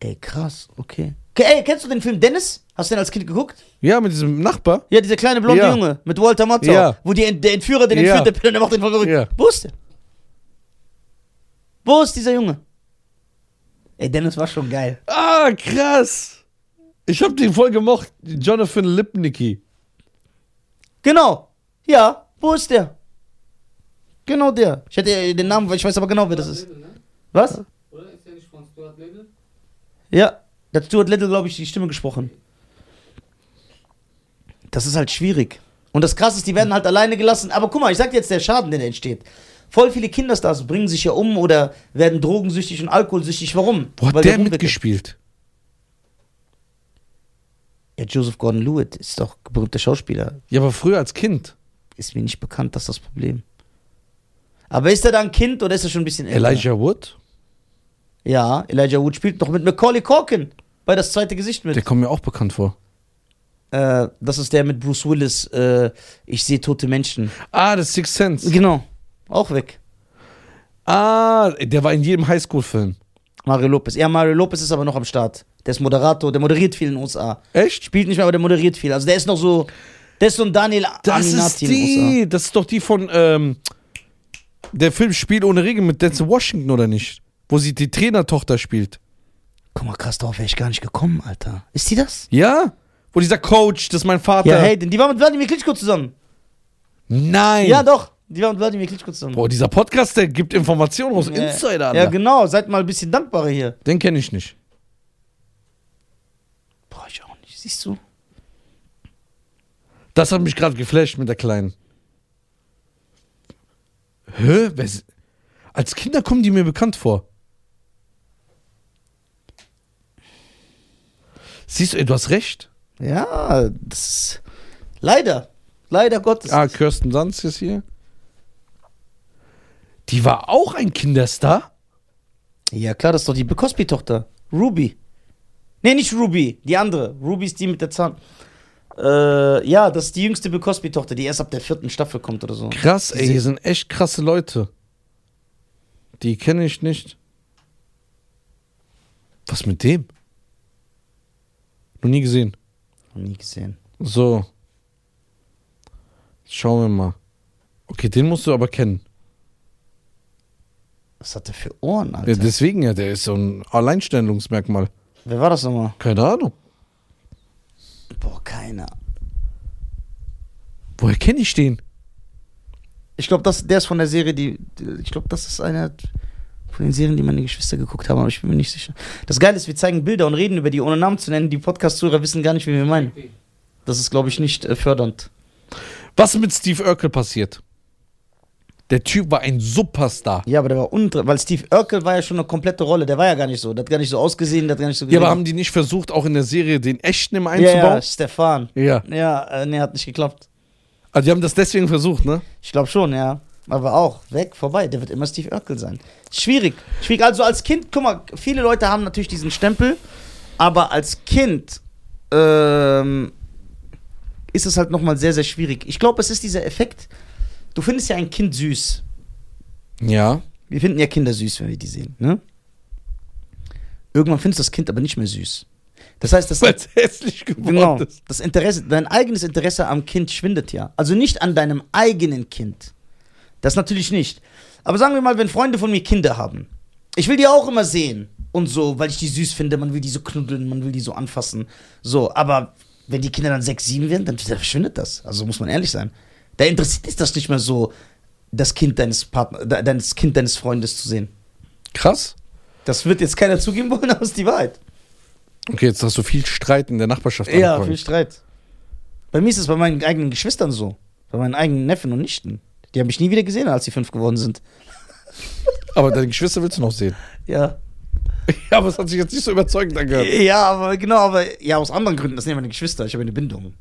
S2: Ey, krass, okay. Ke- Ey, kennst du den Film Dennis? Hast Hast du den als Kind geguckt?
S1: Ja, mit diesem Nachbar.
S2: Ja, dieser kleine blonde
S1: Ja.
S2: Junge mit Walter Matthau,
S1: Ja.
S2: wo die, Ent- der Entführer den
S1: Ja.
S2: entführt, der, der macht den verrückt.
S1: Ja.
S2: Wo ist der? Wo ist dieser Junge? Ey, Dennis war schon geil.
S1: Ah, krass. Ich hab den voll gemocht. Jonathan Lipnicki.
S2: Genau. Ja, wo ist der? Genau der. Ich hätte äh, den Namen, ich weiß aber genau, wer das ist.
S3: Stuart Little, ne?
S2: Was?
S3: Oder ist der nicht von Stuart Little?
S2: Ja. Der hat Stuart Little, glaube ich, die Stimme gesprochen. Das ist halt schwierig. Und das Krasse ist, die werden halt alleine gelassen. Aber guck mal, ich sag dir jetzt, der Schaden, der da entsteht. Voll viele Kinderstars bringen sich ja um oder werden drogensüchtig und alkoholsüchtig. Warum?
S1: Wo hat
S2: Weil
S1: der
S2: rumwickelt.
S1: mitgespielt?
S2: Ja, Joseph Gordon-Lewitt ist doch berühmter Schauspieler.
S1: Ja, aber früher als Kind.
S2: Ist mir nicht bekannt, das ist das Problem. Aber ist er da ein Kind oder ist er schon ein bisschen älter?
S1: Elijah Wood?
S2: Ja, Elijah Wood spielt noch mit Macaulay Corkin bei das zweite Gesicht mit.
S1: Der kommt mir auch bekannt vor.
S2: Äh, das ist der mit Bruce Willis. Äh, ich sehe tote Menschen.
S1: Ah, das Sixth Sense.
S2: Genau. Auch weg.
S1: Ah, der war in jedem Highschool-Film.
S2: Mario Lopez. Ja, Mario Lopez ist aber noch am Start. Der ist Moderator, der moderiert viel in den USA.
S1: Echt?
S2: Spielt nicht mehr, aber der moderiert viel. Also der ist noch so. Der ist so ein Daniel
S1: Das
S2: Aminati
S1: ist
S2: in den USA.
S1: die. Das ist doch die von ähm, der Film Spiel ohne Regeln mit Denzel Washington, oder nicht? Wo sie die Trainertochter spielt.
S2: Guck mal, krass, darauf wäre ich gar nicht gekommen, Alter. Ist die das?
S1: Ja? Wo dieser Coach, das ist mein Vater.
S2: Ja, hey, denn die war mit Wladimir Klitschko zusammen.
S1: Nein!
S2: Ja, doch. Die war mit Wladimir Klitschko zusammen.
S1: Boah, dieser Podcast, der gibt Informationen aus
S2: Ja.
S1: Insider. Alter.
S2: Ja, genau. Seid mal ein bisschen dankbarer hier.
S1: Den kenne ich nicht.
S2: Boah, ich auch nicht. Siehst du?
S1: Das hat mich gerade geflasht mit der Kleinen. Hä? Wer si- Als Kinder kommen die mir bekannt vor. Siehst du, ey, du hast recht.
S2: Ja, das ist leider. Leider Gottes.
S1: Ah, Kirsten Dunst ist hier. Die war auch ein Kinderstar.
S2: Ja, klar, das ist doch die Bill Cosby-Tochter. Ruby. Nee, nicht Ruby, die andere. Ruby ist die mit der Zahn. Äh, ja, das ist die jüngste Bill Cosby-Tochter, die erst ab der vierten Staffel kommt oder so.
S1: Krass, ey,
S2: Sie-
S1: hier sind echt krasse Leute. Die kenne ich nicht. Was mit dem? Noch nie gesehen.
S2: Noch nie gesehen.
S1: So. Schauen wir mal. Okay, den musst du aber kennen.
S2: Was hat der für Ohren, Alter?
S1: Ja, deswegen ja, der ist so ein Alleinstellungsmerkmal.
S2: Wer war das nochmal?
S1: Keine Ahnung.
S2: Boah, keiner.
S1: Woher kenne ich den?
S2: Ich glaube, der ist von der Serie, die. die- Ich glaube, das ist einer von den Serien, die meine Geschwister geguckt haben, aber ich bin mir nicht sicher. Das Geile ist, wir zeigen Bilder und reden über die, ohne Namen zu nennen. Die Podcast-Zuhörer wissen gar nicht, wie wir meinen.
S3: Okay.
S2: Das ist, glaube ich, nicht äh, fördernd.
S1: Was mit Steve Urkel passiert? Der Typ war ein Superstar.
S2: Ja, aber der war unter, weil Steve Urkel war ja schon eine komplette Rolle. Der war ja gar nicht so. Der hat gar nicht so ausgesehen, der hat gar nicht so
S1: Ja, aber
S2: geredet.
S1: haben die nicht versucht, auch in der Serie den echten im
S2: ja, ja,
S1: einzubauen?
S2: Stefan.
S1: Ja. ja.
S2: Ja, äh, nee, hat nicht geklappt.
S1: Also die haben das deswegen versucht, ne?
S2: Ich glaube schon, ja. Aber auch, weg, vorbei. Der wird immer Steve Urkel sein. Schwierig. Schwierig. Also als Kind, guck mal, viele Leute haben natürlich diesen Stempel, aber als Kind ähm, ist es halt nochmal sehr, sehr schwierig. Ich glaube, es ist dieser Effekt, du findest ja ein Kind süß.
S1: Ja.
S2: Wir finden ja Kinder süß, wenn wir die sehen, ne? Irgendwann findest du das Kind aber nicht mehr süß. Das heißt,
S1: <laughs>
S2: das,
S1: Weil es hässlich geworden
S2: genau,
S1: ist.
S2: das Interesse, dein eigenes Interesse am Kind schwindet ja. Also nicht an deinem eigenen Kind. Das natürlich nicht. Aber sagen wir mal, wenn Freunde von mir Kinder haben, ich will die auch immer sehen und so, weil ich die süß finde, man will die so knuddeln, man will die so anfassen. So, aber wenn die Kinder dann sechs, sieben werden, dann verschwindet das. Also muss man ehrlich sein. Da interessiert dich das nicht mehr so, das Kind deines Partner, de- deines Kind deines Freundes zu sehen.
S1: Krass.
S2: Das wird jetzt keiner zugeben wollen, <laughs> aber ist die Wahrheit.
S1: Okay, jetzt hast du viel Streit in der Nachbarschaft
S2: Ja,
S1: angefangen.
S2: viel Streit. Bei mir ist es bei meinen eigenen Geschwistern so. Bei meinen eigenen Neffen und Nichten. Die habe ich nie wieder gesehen, als sie fünf geworden sind.
S1: Aber deine Geschwister willst du noch sehen. <laughs>
S2: Ja.
S1: Ja, aber es hat sich jetzt nicht so überzeugend angehört.
S2: Ja, aber genau, aber ja, aus anderen Gründen. Das sind ja meine Geschwister. Ich habe eine Bindung.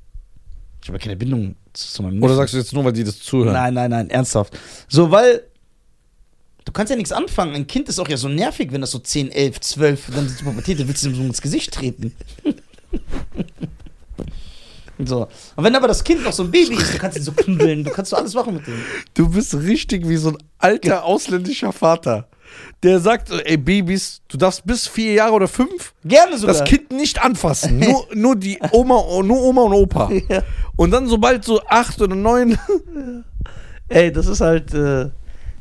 S2: Ich habe keine Bindung zu, zu meinem
S1: Oder sagst du jetzt nur, weil die das zuhören?
S2: Nein, nein, nein, ernsthaft. So, weil. Du kannst ja nichts anfangen. Ein Kind ist auch ja so nervig, wenn das so 10, 11, 12, dann ist die Pubertät, dann willst du ihm so ins Gesicht treten. <laughs> so. Und wenn aber das Kind noch so ein Baby ist, du kannst ihn so knuddeln, du kannst so alles machen mit dem.
S1: Du bist richtig wie so ein alter ausländischer Vater. der sagt, ey Babys, du darfst bis vier Jahre oder fünf
S2: Gerne sogar.
S1: das Kind nicht anfassen.
S2: <laughs>
S1: Nur, nur die Oma, nur Oma und Opa.
S2: Ja.
S1: Und dann sobald so acht oder neun,
S2: Ey, das ist halt, äh,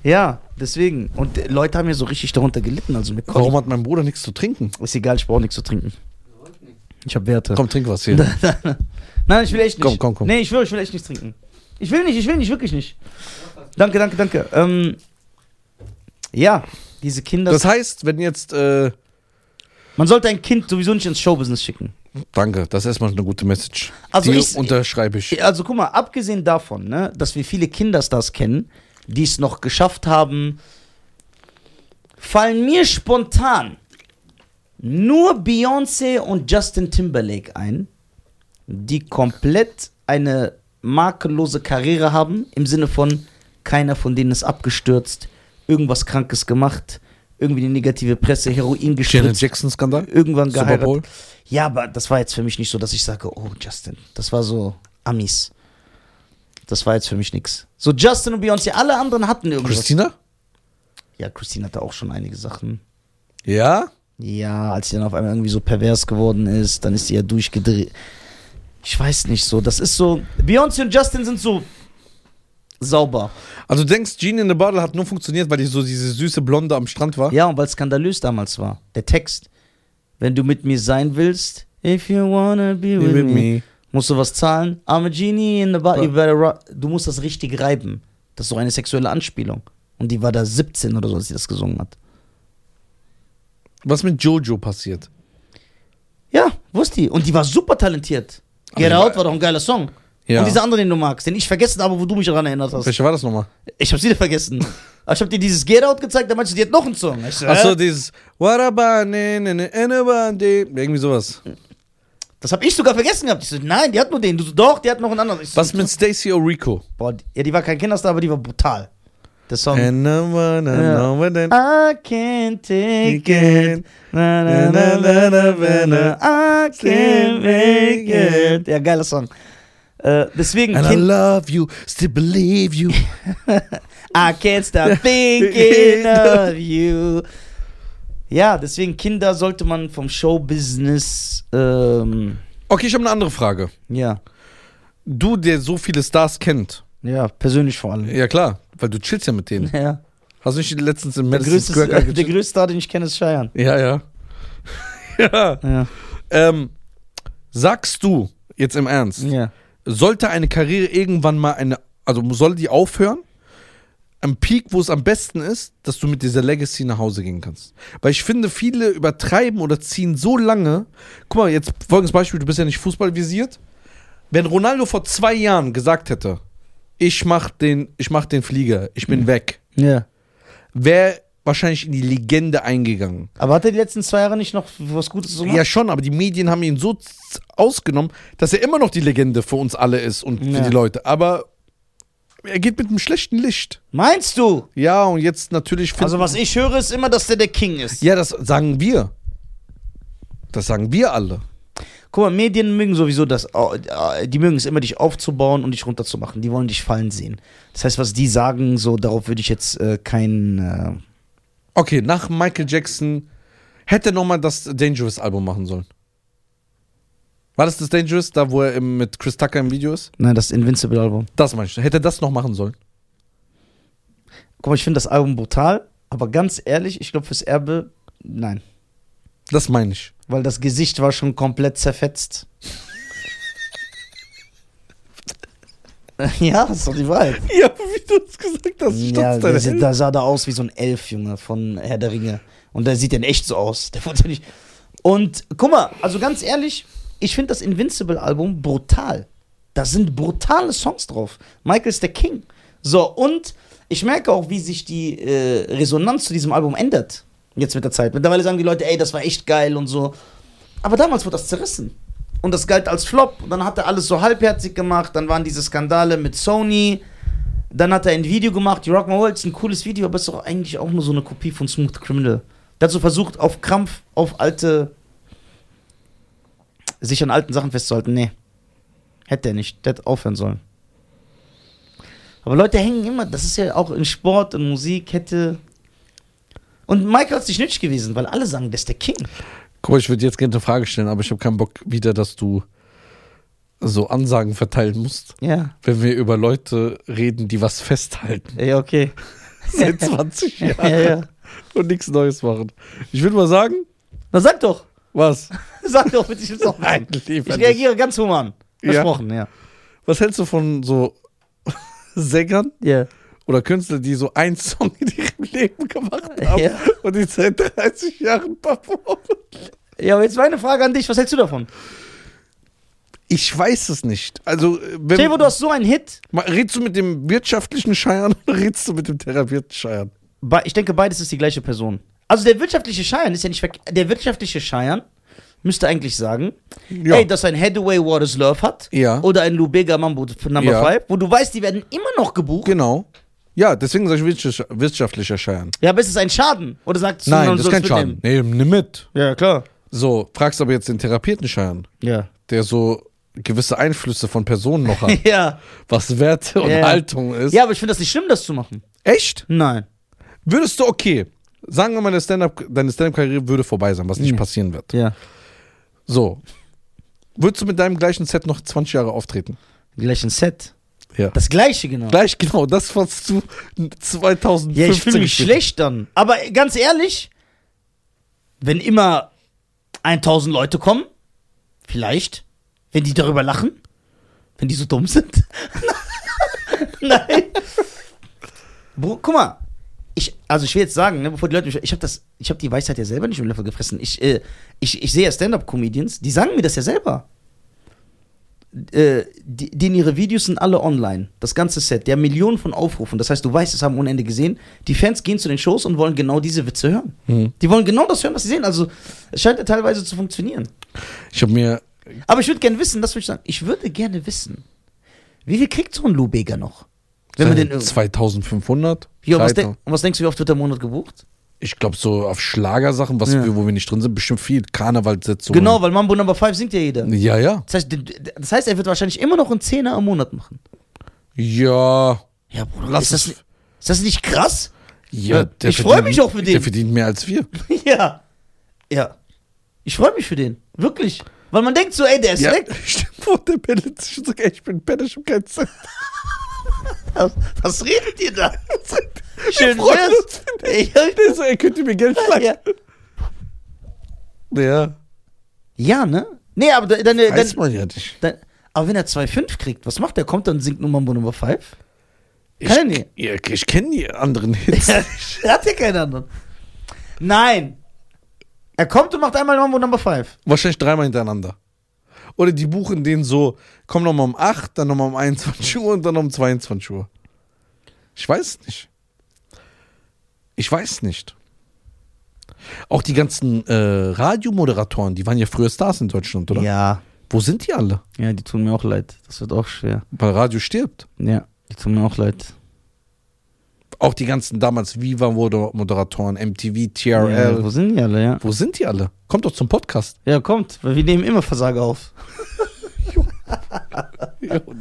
S2: ja, deswegen. Und äh, Leute haben ja so richtig darunter gelitten. Also mit
S1: <laughs> warum hat mein Bruder nichts zu trinken?
S2: Ist egal, ich brauche nichts zu trinken.
S3: Läuft nicht.
S2: Ich habe Werte.
S1: Komm, trink
S2: <laughs>
S1: was hier.
S2: Nein, ich will echt nicht.
S1: Komm, komm, komm.
S2: Nee, ich will, ich will echt nichts trinken. Ich will nicht, ich will nicht, wirklich nicht. Danke, danke, danke. Ähm, ja, diese Kinder.
S1: Das heißt, wenn jetzt, äh,
S2: man sollte ein Kind sowieso nicht ins Showbusiness schicken.
S1: danke, das ist erstmal eine gute Message.
S2: Also
S1: die
S2: ich-
S1: unterschreibe ich.
S2: Also guck mal, abgesehen davon, ne, dass wir viele Kinderstars kennen, die es noch geschafft haben, fallen mir spontan nur Beyoncé und Justin Timberlake ein, die komplett eine makellose Karriere haben, im Sinne von keiner von denen ist abgestürzt, irgendwas Krankes gemacht, irgendwie die negative Presse, Heroin
S1: Janet
S2: gespritzt,
S1: Jackson-Skandal?
S2: irgendwann
S1: Super
S2: geheiratet.
S1: Bowl?
S2: Ja, aber das war jetzt für mich nicht so, dass ich sage, oh, Justin. Das war so Amis. Das war jetzt für mich nix. So Justin und Beyoncé, alle anderen hatten irgendwas.
S1: Christina?
S2: Ja, Christine hatte auch schon einige Sachen.
S1: Ja?
S2: Ja, als sie dann auf einmal irgendwie so pervers geworden ist, dann ist sie ja durchgedreht. Ich weiß nicht so, das ist so. Beyoncé und Justin sind so sauber.
S1: Also du denkst, Genie in the Bottle hat nur funktioniert, weil die so diese süße Blonde am Strand war?
S2: Ja, und weil es skandalös damals war. Der Text. Wenn du mit mir sein willst, if you wanna be with,
S1: With
S2: me.
S1: me.
S2: Musst du was zahlen? I'm a genie in the bottle. You better ru- Du musst das richtig reiben. Das ist so eine sexuelle Anspielung. Und die war da 17 oder so, als sie das gesungen hat.
S1: Was mit Jojo passiert?
S2: Ja, wusste die. Und die war super talentiert. Get
S1: die
S2: Out
S1: war-
S2: war doch ein geiler Song.
S1: Ja.
S2: Und dieser andere, den du magst, den ich vergessen habe, wo du mich daran erinnert hast.
S1: Welche war das nochmal?
S2: Ich habe sie vergessen. Aber ich habe dir dieses Get Out gezeigt, da meinte ich, die hat noch einen Song. Ich so,
S1: Achso,
S2: äh,
S1: dieses What about ne, ne, ne, anyone day? Irgendwie sowas.
S2: Hm. das habe ich sogar vergessen gehabt. Ich so, nein, die hat nur den. Du so, doch, die hat noch einen anderen. Ich so,
S1: Was mit Stacy Orico?
S2: Boah, die- ja, die war kein Kinderstar, aber die war brutal. Der Song.
S1: And no one, no
S2: Um. Ja. Ah,
S1: one, then-
S2: I can't take
S1: it.
S2: Na,
S1: na, na, na, na, na,
S2: I
S1: can't make it.
S2: Ja, geiler Song. Äh, deswegen,
S1: And I
S2: kind,
S1: love you, still believe
S2: <laughs>
S1: you.
S2: I can't
S1: <laughs>
S2: stop thinking of you. Ja, deswegen, Kinder sollte man vom Showbusiness, ähm,
S1: Okay, ich habe eine andere Frage.
S2: ja,
S1: Du, der so viele Stars kennt.
S2: ja, persönlich vor allem.
S1: Ja klar, weil du chillst ja mit denen.
S2: Ja.
S1: Hast du nicht letztens im
S2: Der,
S1: Madison
S2: größte,
S1: Square Garden
S2: <laughs> der
S1: gechillt?
S2: größte Star, den ich kenne, ist Cheyenne.
S1: Ja, ja. <laughs> ja.
S2: Ja,
S1: Ähm, sagst du, jetzt im Ernst,
S2: ja.
S1: sollte eine Karriere irgendwann mal eine, also soll die aufhören? Am Peak, wo es am besten ist, dass du mit dieser Legacy nach Hause gehen kannst. Weil ich finde, viele übertreiben oder ziehen so lange. Guck mal, jetzt folgendes Beispiel: Du bist ja nicht fußballvisiert. Wenn Ronaldo vor zwei Jahren gesagt hätte, ich mach den, ich mach den Flieger, ich bin weg,
S2: Ja.
S1: wäre wahrscheinlich in die Legende eingegangen.
S2: Aber hat er die letzten zwei Jahre nicht noch was Gutes gemacht?
S1: Ja, schon, aber die Medien haben ihn so z- ausgenommen, dass er immer noch die Legende für uns alle ist und
S2: Ja.
S1: für die Leute. Aber er geht mit einem schlechten Licht.
S2: Meinst du?
S1: Ja, und jetzt natürlich finden-
S2: Also was ich höre, ist immer, dass der der King ist.
S1: Ja, das sagen wir. Das sagen wir alle.
S2: Guck mal, Medien mögen sowieso das, äh, die mögen es immer, dich aufzubauen und dich runterzumachen. Die wollen dich fallen sehen. Das heißt, was die sagen, so darauf würde ich jetzt äh, kein... Äh,
S1: Okay, nach Michael Jackson hätte er nochmal das Dangerous Album machen sollen. War das das Dangerous, da wo er im, mit Chris Tucker im Video ist?
S2: nein, ne, das Invincible-Album.
S1: Das meinst du? Hätte er das noch machen sollen?
S2: Guck mal, ich finde das Album brutal, aber ganz ehrlich, ich glaube fürs Erbe, nein.
S1: Das meine ich.
S2: Weil das Gesicht war schon komplett zerfetzt. <laughs> ja, das ist doch die Wahrheit.
S1: Ja, wie du es gesagt hast,
S2: Ja, der, sieht- da sah da aus wie so ein Elf, Junge, von Herr der Ringe. Und der sieht ja in echt so aus. Der wurde ja nicht. Und guck mal, also ganz ehrlich, ich finde das Invincible-Album brutal. Da sind brutale Songs drauf. Michael ist der King. So, und ich merke auch, wie sich die äh, Resonanz zu diesem Album ändert. Jetzt mit der Zeit. Mittlerweile sagen die Leute, ey, das war echt geil und so. Aber damals wurde das zerrissen. Und das galt als Flop. Und dann hat er alles so halbherzig gemacht. Dann waren diese Skandale mit Sony. Dann hat er ein Video gemacht, You Rock My World, ist ein cooles Video, aber ist doch eigentlich auch nur so eine Kopie von Smooth Criminal. Dazu versucht, auf Krampf, auf alte, sich an alten Sachen festzuhalten. Nee. Hätte er nicht. Der hätte aufhören sollen. Aber Leute hängen immer, das ist ja auch in Sport und Musik, hätte. Und Michael hat sich nicht gewesen, weil alle sagen, der ist der King.
S1: Guck mal, ich würde jetzt gerne eine Frage stellen, aber ich habe keinen Bock wieder, dass du so Ansagen verteilen musst,
S2: Ja.
S1: wenn wir über Leute reden, die was festhalten <laughs>
S2: Ja, okay.
S1: seit 20
S2: <laughs> Ja,
S1: Jahren
S2: ja.
S1: und nichts Neues machen. Ich würde mal sagen,
S2: Na sag <laughs> doch.
S1: was?
S2: Sag doch bitte. Ich, will's auch
S1: <laughs>
S2: wissen.
S1: Nein, lieber
S2: ich
S1: nicht.
S2: reagiere ganz human.
S1: Ja.
S2: Versprochen, ja.
S1: Was hältst du von so <laughs> Sängern
S2: Ja.
S1: oder Künstlern, die so einen Song in ihrem Leben gemacht haben
S2: Ja.
S1: und die seit 30 Jahren performen?
S2: ja, aber jetzt meine Frage an dich. Was hältst du
S1: Ähm,
S2: davon?
S1: Ich weiß es nicht. Also, äh, wenn,
S2: Stell dir vor, du hast so einen Hit.
S1: Ma- redst du mit dem wirtschaftlichen Scheiern oder redst du mit dem therapierten Scheiern?
S2: Be- Ich denke, beides ist die gleiche Person. Also der wirtschaftliche Scheiern ist ja nicht verk- Der wirtschaftliche Scheiern müsste eigentlich sagen,
S1: Ja.
S2: ey, dass ein Hathaway Waters Love hat
S1: Ja.
S2: oder ein Lubega Mambo Number
S1: Ja.
S2: 5, wo du weißt, die werden immer noch gebucht.
S1: Genau. Ja, deswegen sage ich wirtschaftlicher- wirtschaftlicher Scheiern.
S2: Ja, aber ist es ein Schaden? Oder sagst du,
S1: Nein,
S2: man
S1: das ist
S2: soll
S1: kein
S2: es
S1: Schaden.
S2: mitnehmen?
S1: Nee, nimm mit.
S2: Ja, klar.
S1: So, fragst aber jetzt den therapierten Scheiern,
S2: Ja.
S1: der so gewisse Einflüsse von Personen noch hat,
S2: <laughs> ja.
S1: was Werte und
S2: Ja.
S1: Haltung ist.
S2: Ja, aber ich finde das nicht schlimm, das zu machen.
S1: Echt?
S2: Nein.
S1: Würdest du, okay, sagen wir mal, deine Stand-up- deine Stand-Up-Karriere würde vorbei sein, was
S2: Hm.
S1: nicht passieren wird.
S2: Ja.
S1: So. Würdest du mit deinem gleichen Set noch 20 Jahre auftreten?
S2: Gleich ein Set.
S1: Ja.
S2: Das gleiche genau.
S1: Gleich genau, das, was du 2015
S2: ja, ich fühle mich
S1: gespielt hast.
S2: schlecht dann. Aber ganz ehrlich, wenn immer 1000 Leute kommen, vielleicht, wenn die darüber lachen, wenn die so dumm sind. <laughs> Nein. Bro, guck mal, ich, also ich will jetzt sagen, ne, bevor die Leute mich, ich habe das, ich habe die Weisheit ja selber nicht im Löffel gefressen. Ich, äh, ich, ich sehe ja Stand-up-Comedians, die sagen mir das ja selber. Äh, die, denen ihre Videos sind alle online. Das ganze Set, der Millionen von Aufrufen. Das heißt, du weißt, es haben Unende gesehen. Die Fans gehen zu den Shows und wollen genau diese Witze hören. Die wollen genau das hören, was sie sehen. Also es scheint ja teilweise zu funktionieren.
S1: Ich habe mir,
S2: Aber ich würde gerne wissen, das würde ich sagen. Ich würde gerne wissen, wie viel kriegt so ein Lubeger noch? Wenn man den
S1: 2500.
S2: ja, und was,
S1: 3000.
S2: denk- und was denkst du, wie oft wird der Monat gebucht?
S1: ich glaube, so auf Schlagersachen, was
S2: Ja.
S1: wir, wo wir nicht drin sind, bestimmt viel Karnevalssitzungen.
S2: Genau, weil Mambo Number 5 singt ja jeder.
S1: Ja, ja.
S2: Das heißt, d- d- das heißt, er wird wahrscheinlich immer noch einen Zehner am Monat machen.
S1: Ja.
S2: Ja, Bruder,
S1: Lass
S2: ist, das,
S1: es-
S2: ni- ist das nicht krass?
S1: ja
S2: Ich freu mich auch für den.
S1: Der verdient mehr als
S2: <laughs>
S1: wir.
S2: ja. Ja. Ich freue mich für den. Wirklich. Weil man denkt so, ey, der ist
S1: Ja.
S2: weg.
S1: <laughs> Stimmt, wo der bellt sich und sagt, ey, ich bin Bälle, ich hab kein
S2: <laughs>
S1: Zeit.
S2: Was, was redet ihr <laughs> da? Schön
S1: freuen
S2: wär's.
S1: Der so, ey, könnt ihr mir Geld
S2: Ja,
S1: leihen?
S2: ja.
S1: Ja.
S2: ja, ne? Nee, aber de- deine.
S1: Weiß
S2: deine
S1: man ja nicht.
S2: dein, aber wenn er 2,5 kriegt, was macht der? Kommt dann und singt nur Mambo Nummer 5? Kann
S1: ich, ja, ich kenne die
S2: <laughs>
S1: anderen Hits.
S2: Hat ja keinen anderen. Nein. Er kommt und macht einmal Mambo Number 5.
S1: Wahrscheinlich dreimal hintereinander. Oder die buchen den so, komm nochmal um 8, dann nochmal um 21 Uhr und dann um 22 Uhr. Ich weiß nicht. Ich weiß nicht. Auch die ganzen äh, Radiomoderatoren, die waren ja früher Stars in Deutschland, oder?
S2: Ja.
S1: Wo sind die alle?
S2: Ja, die tun mir auch leid. Das wird auch schwer.
S1: Weil Radio stirbt.
S2: Ja, die tun mir auch leid.
S1: Auch die ganzen damals Viva-Moderatoren, MTV, TRL.
S2: Ja, wo sind die alle, ja?
S1: wo sind die alle? Kommt doch zum Podcast.
S2: Ja, kommt, weil wir nehmen immer Versager auf.
S1: <laughs>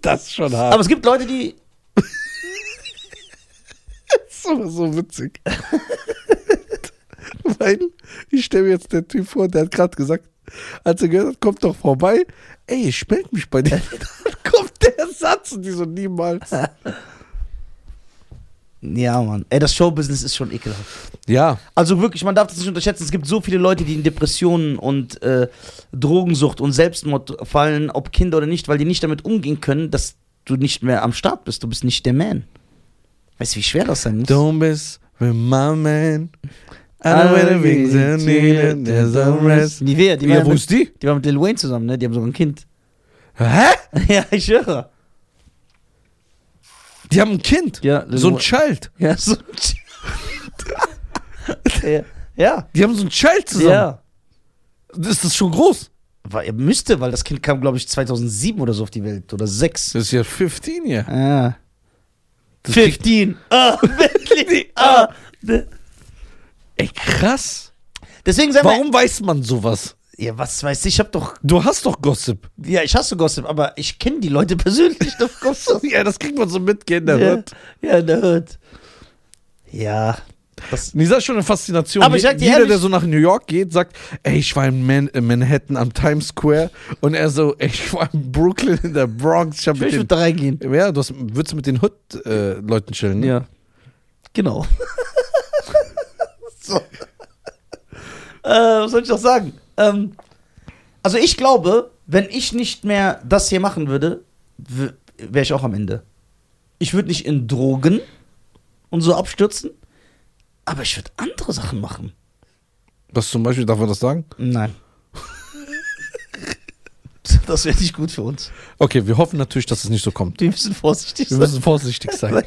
S1: das ist schon hart.
S2: Aber es gibt Leute, die.
S1: Das ist aber so witzig. <laughs> Weil ich stelle mir jetzt den Typ vor, der hat gerade gesagt, als er gehört hat, kommt doch vorbei. Ey, ich melde mich bei dir. <laughs> Dann kommt der Satz und die so niemals.
S2: Ja, Mann. Ey, das Showbusiness ist schon ekelhaft.
S1: <laughs> Ja,
S2: Also wirklich, man darf das nicht unterschätzen. Es gibt so viele Leute, die in Depressionen und äh, Drogensucht und Selbstmord fallen, ob Kinder oder nicht, weil die nicht damit umgehen können, dass du nicht mehr am Start bist. Du bist nicht der Man. Weißt du, wie schwer das sein muss?
S1: don't miss with my man. I know where the wings are needed, there's a rest.
S2: Nivea, die,
S1: Ja,
S2: war
S1: wo
S2: mit,
S1: ist die?
S2: die war mit Lil Wayne zusammen, ne? Die haben sogar ein Kind. <laughs>
S1: Hä?
S2: ja, ich höre.
S1: Die haben ein Kind.
S2: Ja,
S1: So ein Child.
S2: Ja, <laughs> so
S1: <laughs>
S2: ja. ja.
S1: Die haben so ein Child zusammen.
S2: ja.
S1: Ist das schon groß?
S2: War, er müsste, weil das Kind kam, glaube ich, 2007 oder so auf die Welt. Oder 6.
S1: Das ist ja 15 ja.
S2: Ah. 15. Ah, <laughs> wirklich. Ah.
S1: Ey, krass.
S2: Deswegen sagen
S1: Warum weiß man sowas?
S2: wir. Ja, was weiß ich, ich hab doch.
S1: Du hast doch Gossip.
S2: Ja, ich hasse Gossip, aber ich kenne <laughs> die Leute persönlich. Doch Gossip.
S1: Ja, das kriegt man so mit, gehen der
S2: ja.
S1: Hut.
S2: Ja, in der Hut. Ja. Das,
S1: Und ich sag schon eine Faszination.
S2: Aber ich
S1: Je-
S2: sag dir
S1: Jeder,
S2: ehrlich-
S1: der so nach New York geht, sagt, ey, ich war in Man in Manhattan am Times Square und er so, ey, ich war in Brooklyn in der Bronx. Ich hab
S2: ich
S1: mit
S2: würde
S1: den,
S2: da reingehen.
S1: ja, du hast, würdest mit den Hood-Leuten chillen. Ne?
S2: Ja.
S1: <laughs>
S2: Genau. so. äh, was soll ich noch sagen? Ähm, also ich glaube, wenn ich nicht mehr das hier machen würde, wäre ich auch am Ende. Ich würde nicht in Drogen und so abstürzen, aber ich würde andere Sachen machen.
S1: Was zum Beispiel, darf man das sagen?
S2: Nein. <laughs> Das wäre nicht gut für uns.
S1: Okay, wir hoffen natürlich, dass es nicht so kommt.
S2: Wir müssen vorsichtig
S1: Wir
S2: sein.
S1: müssen
S2: <laughs>
S1: vorsichtig sein.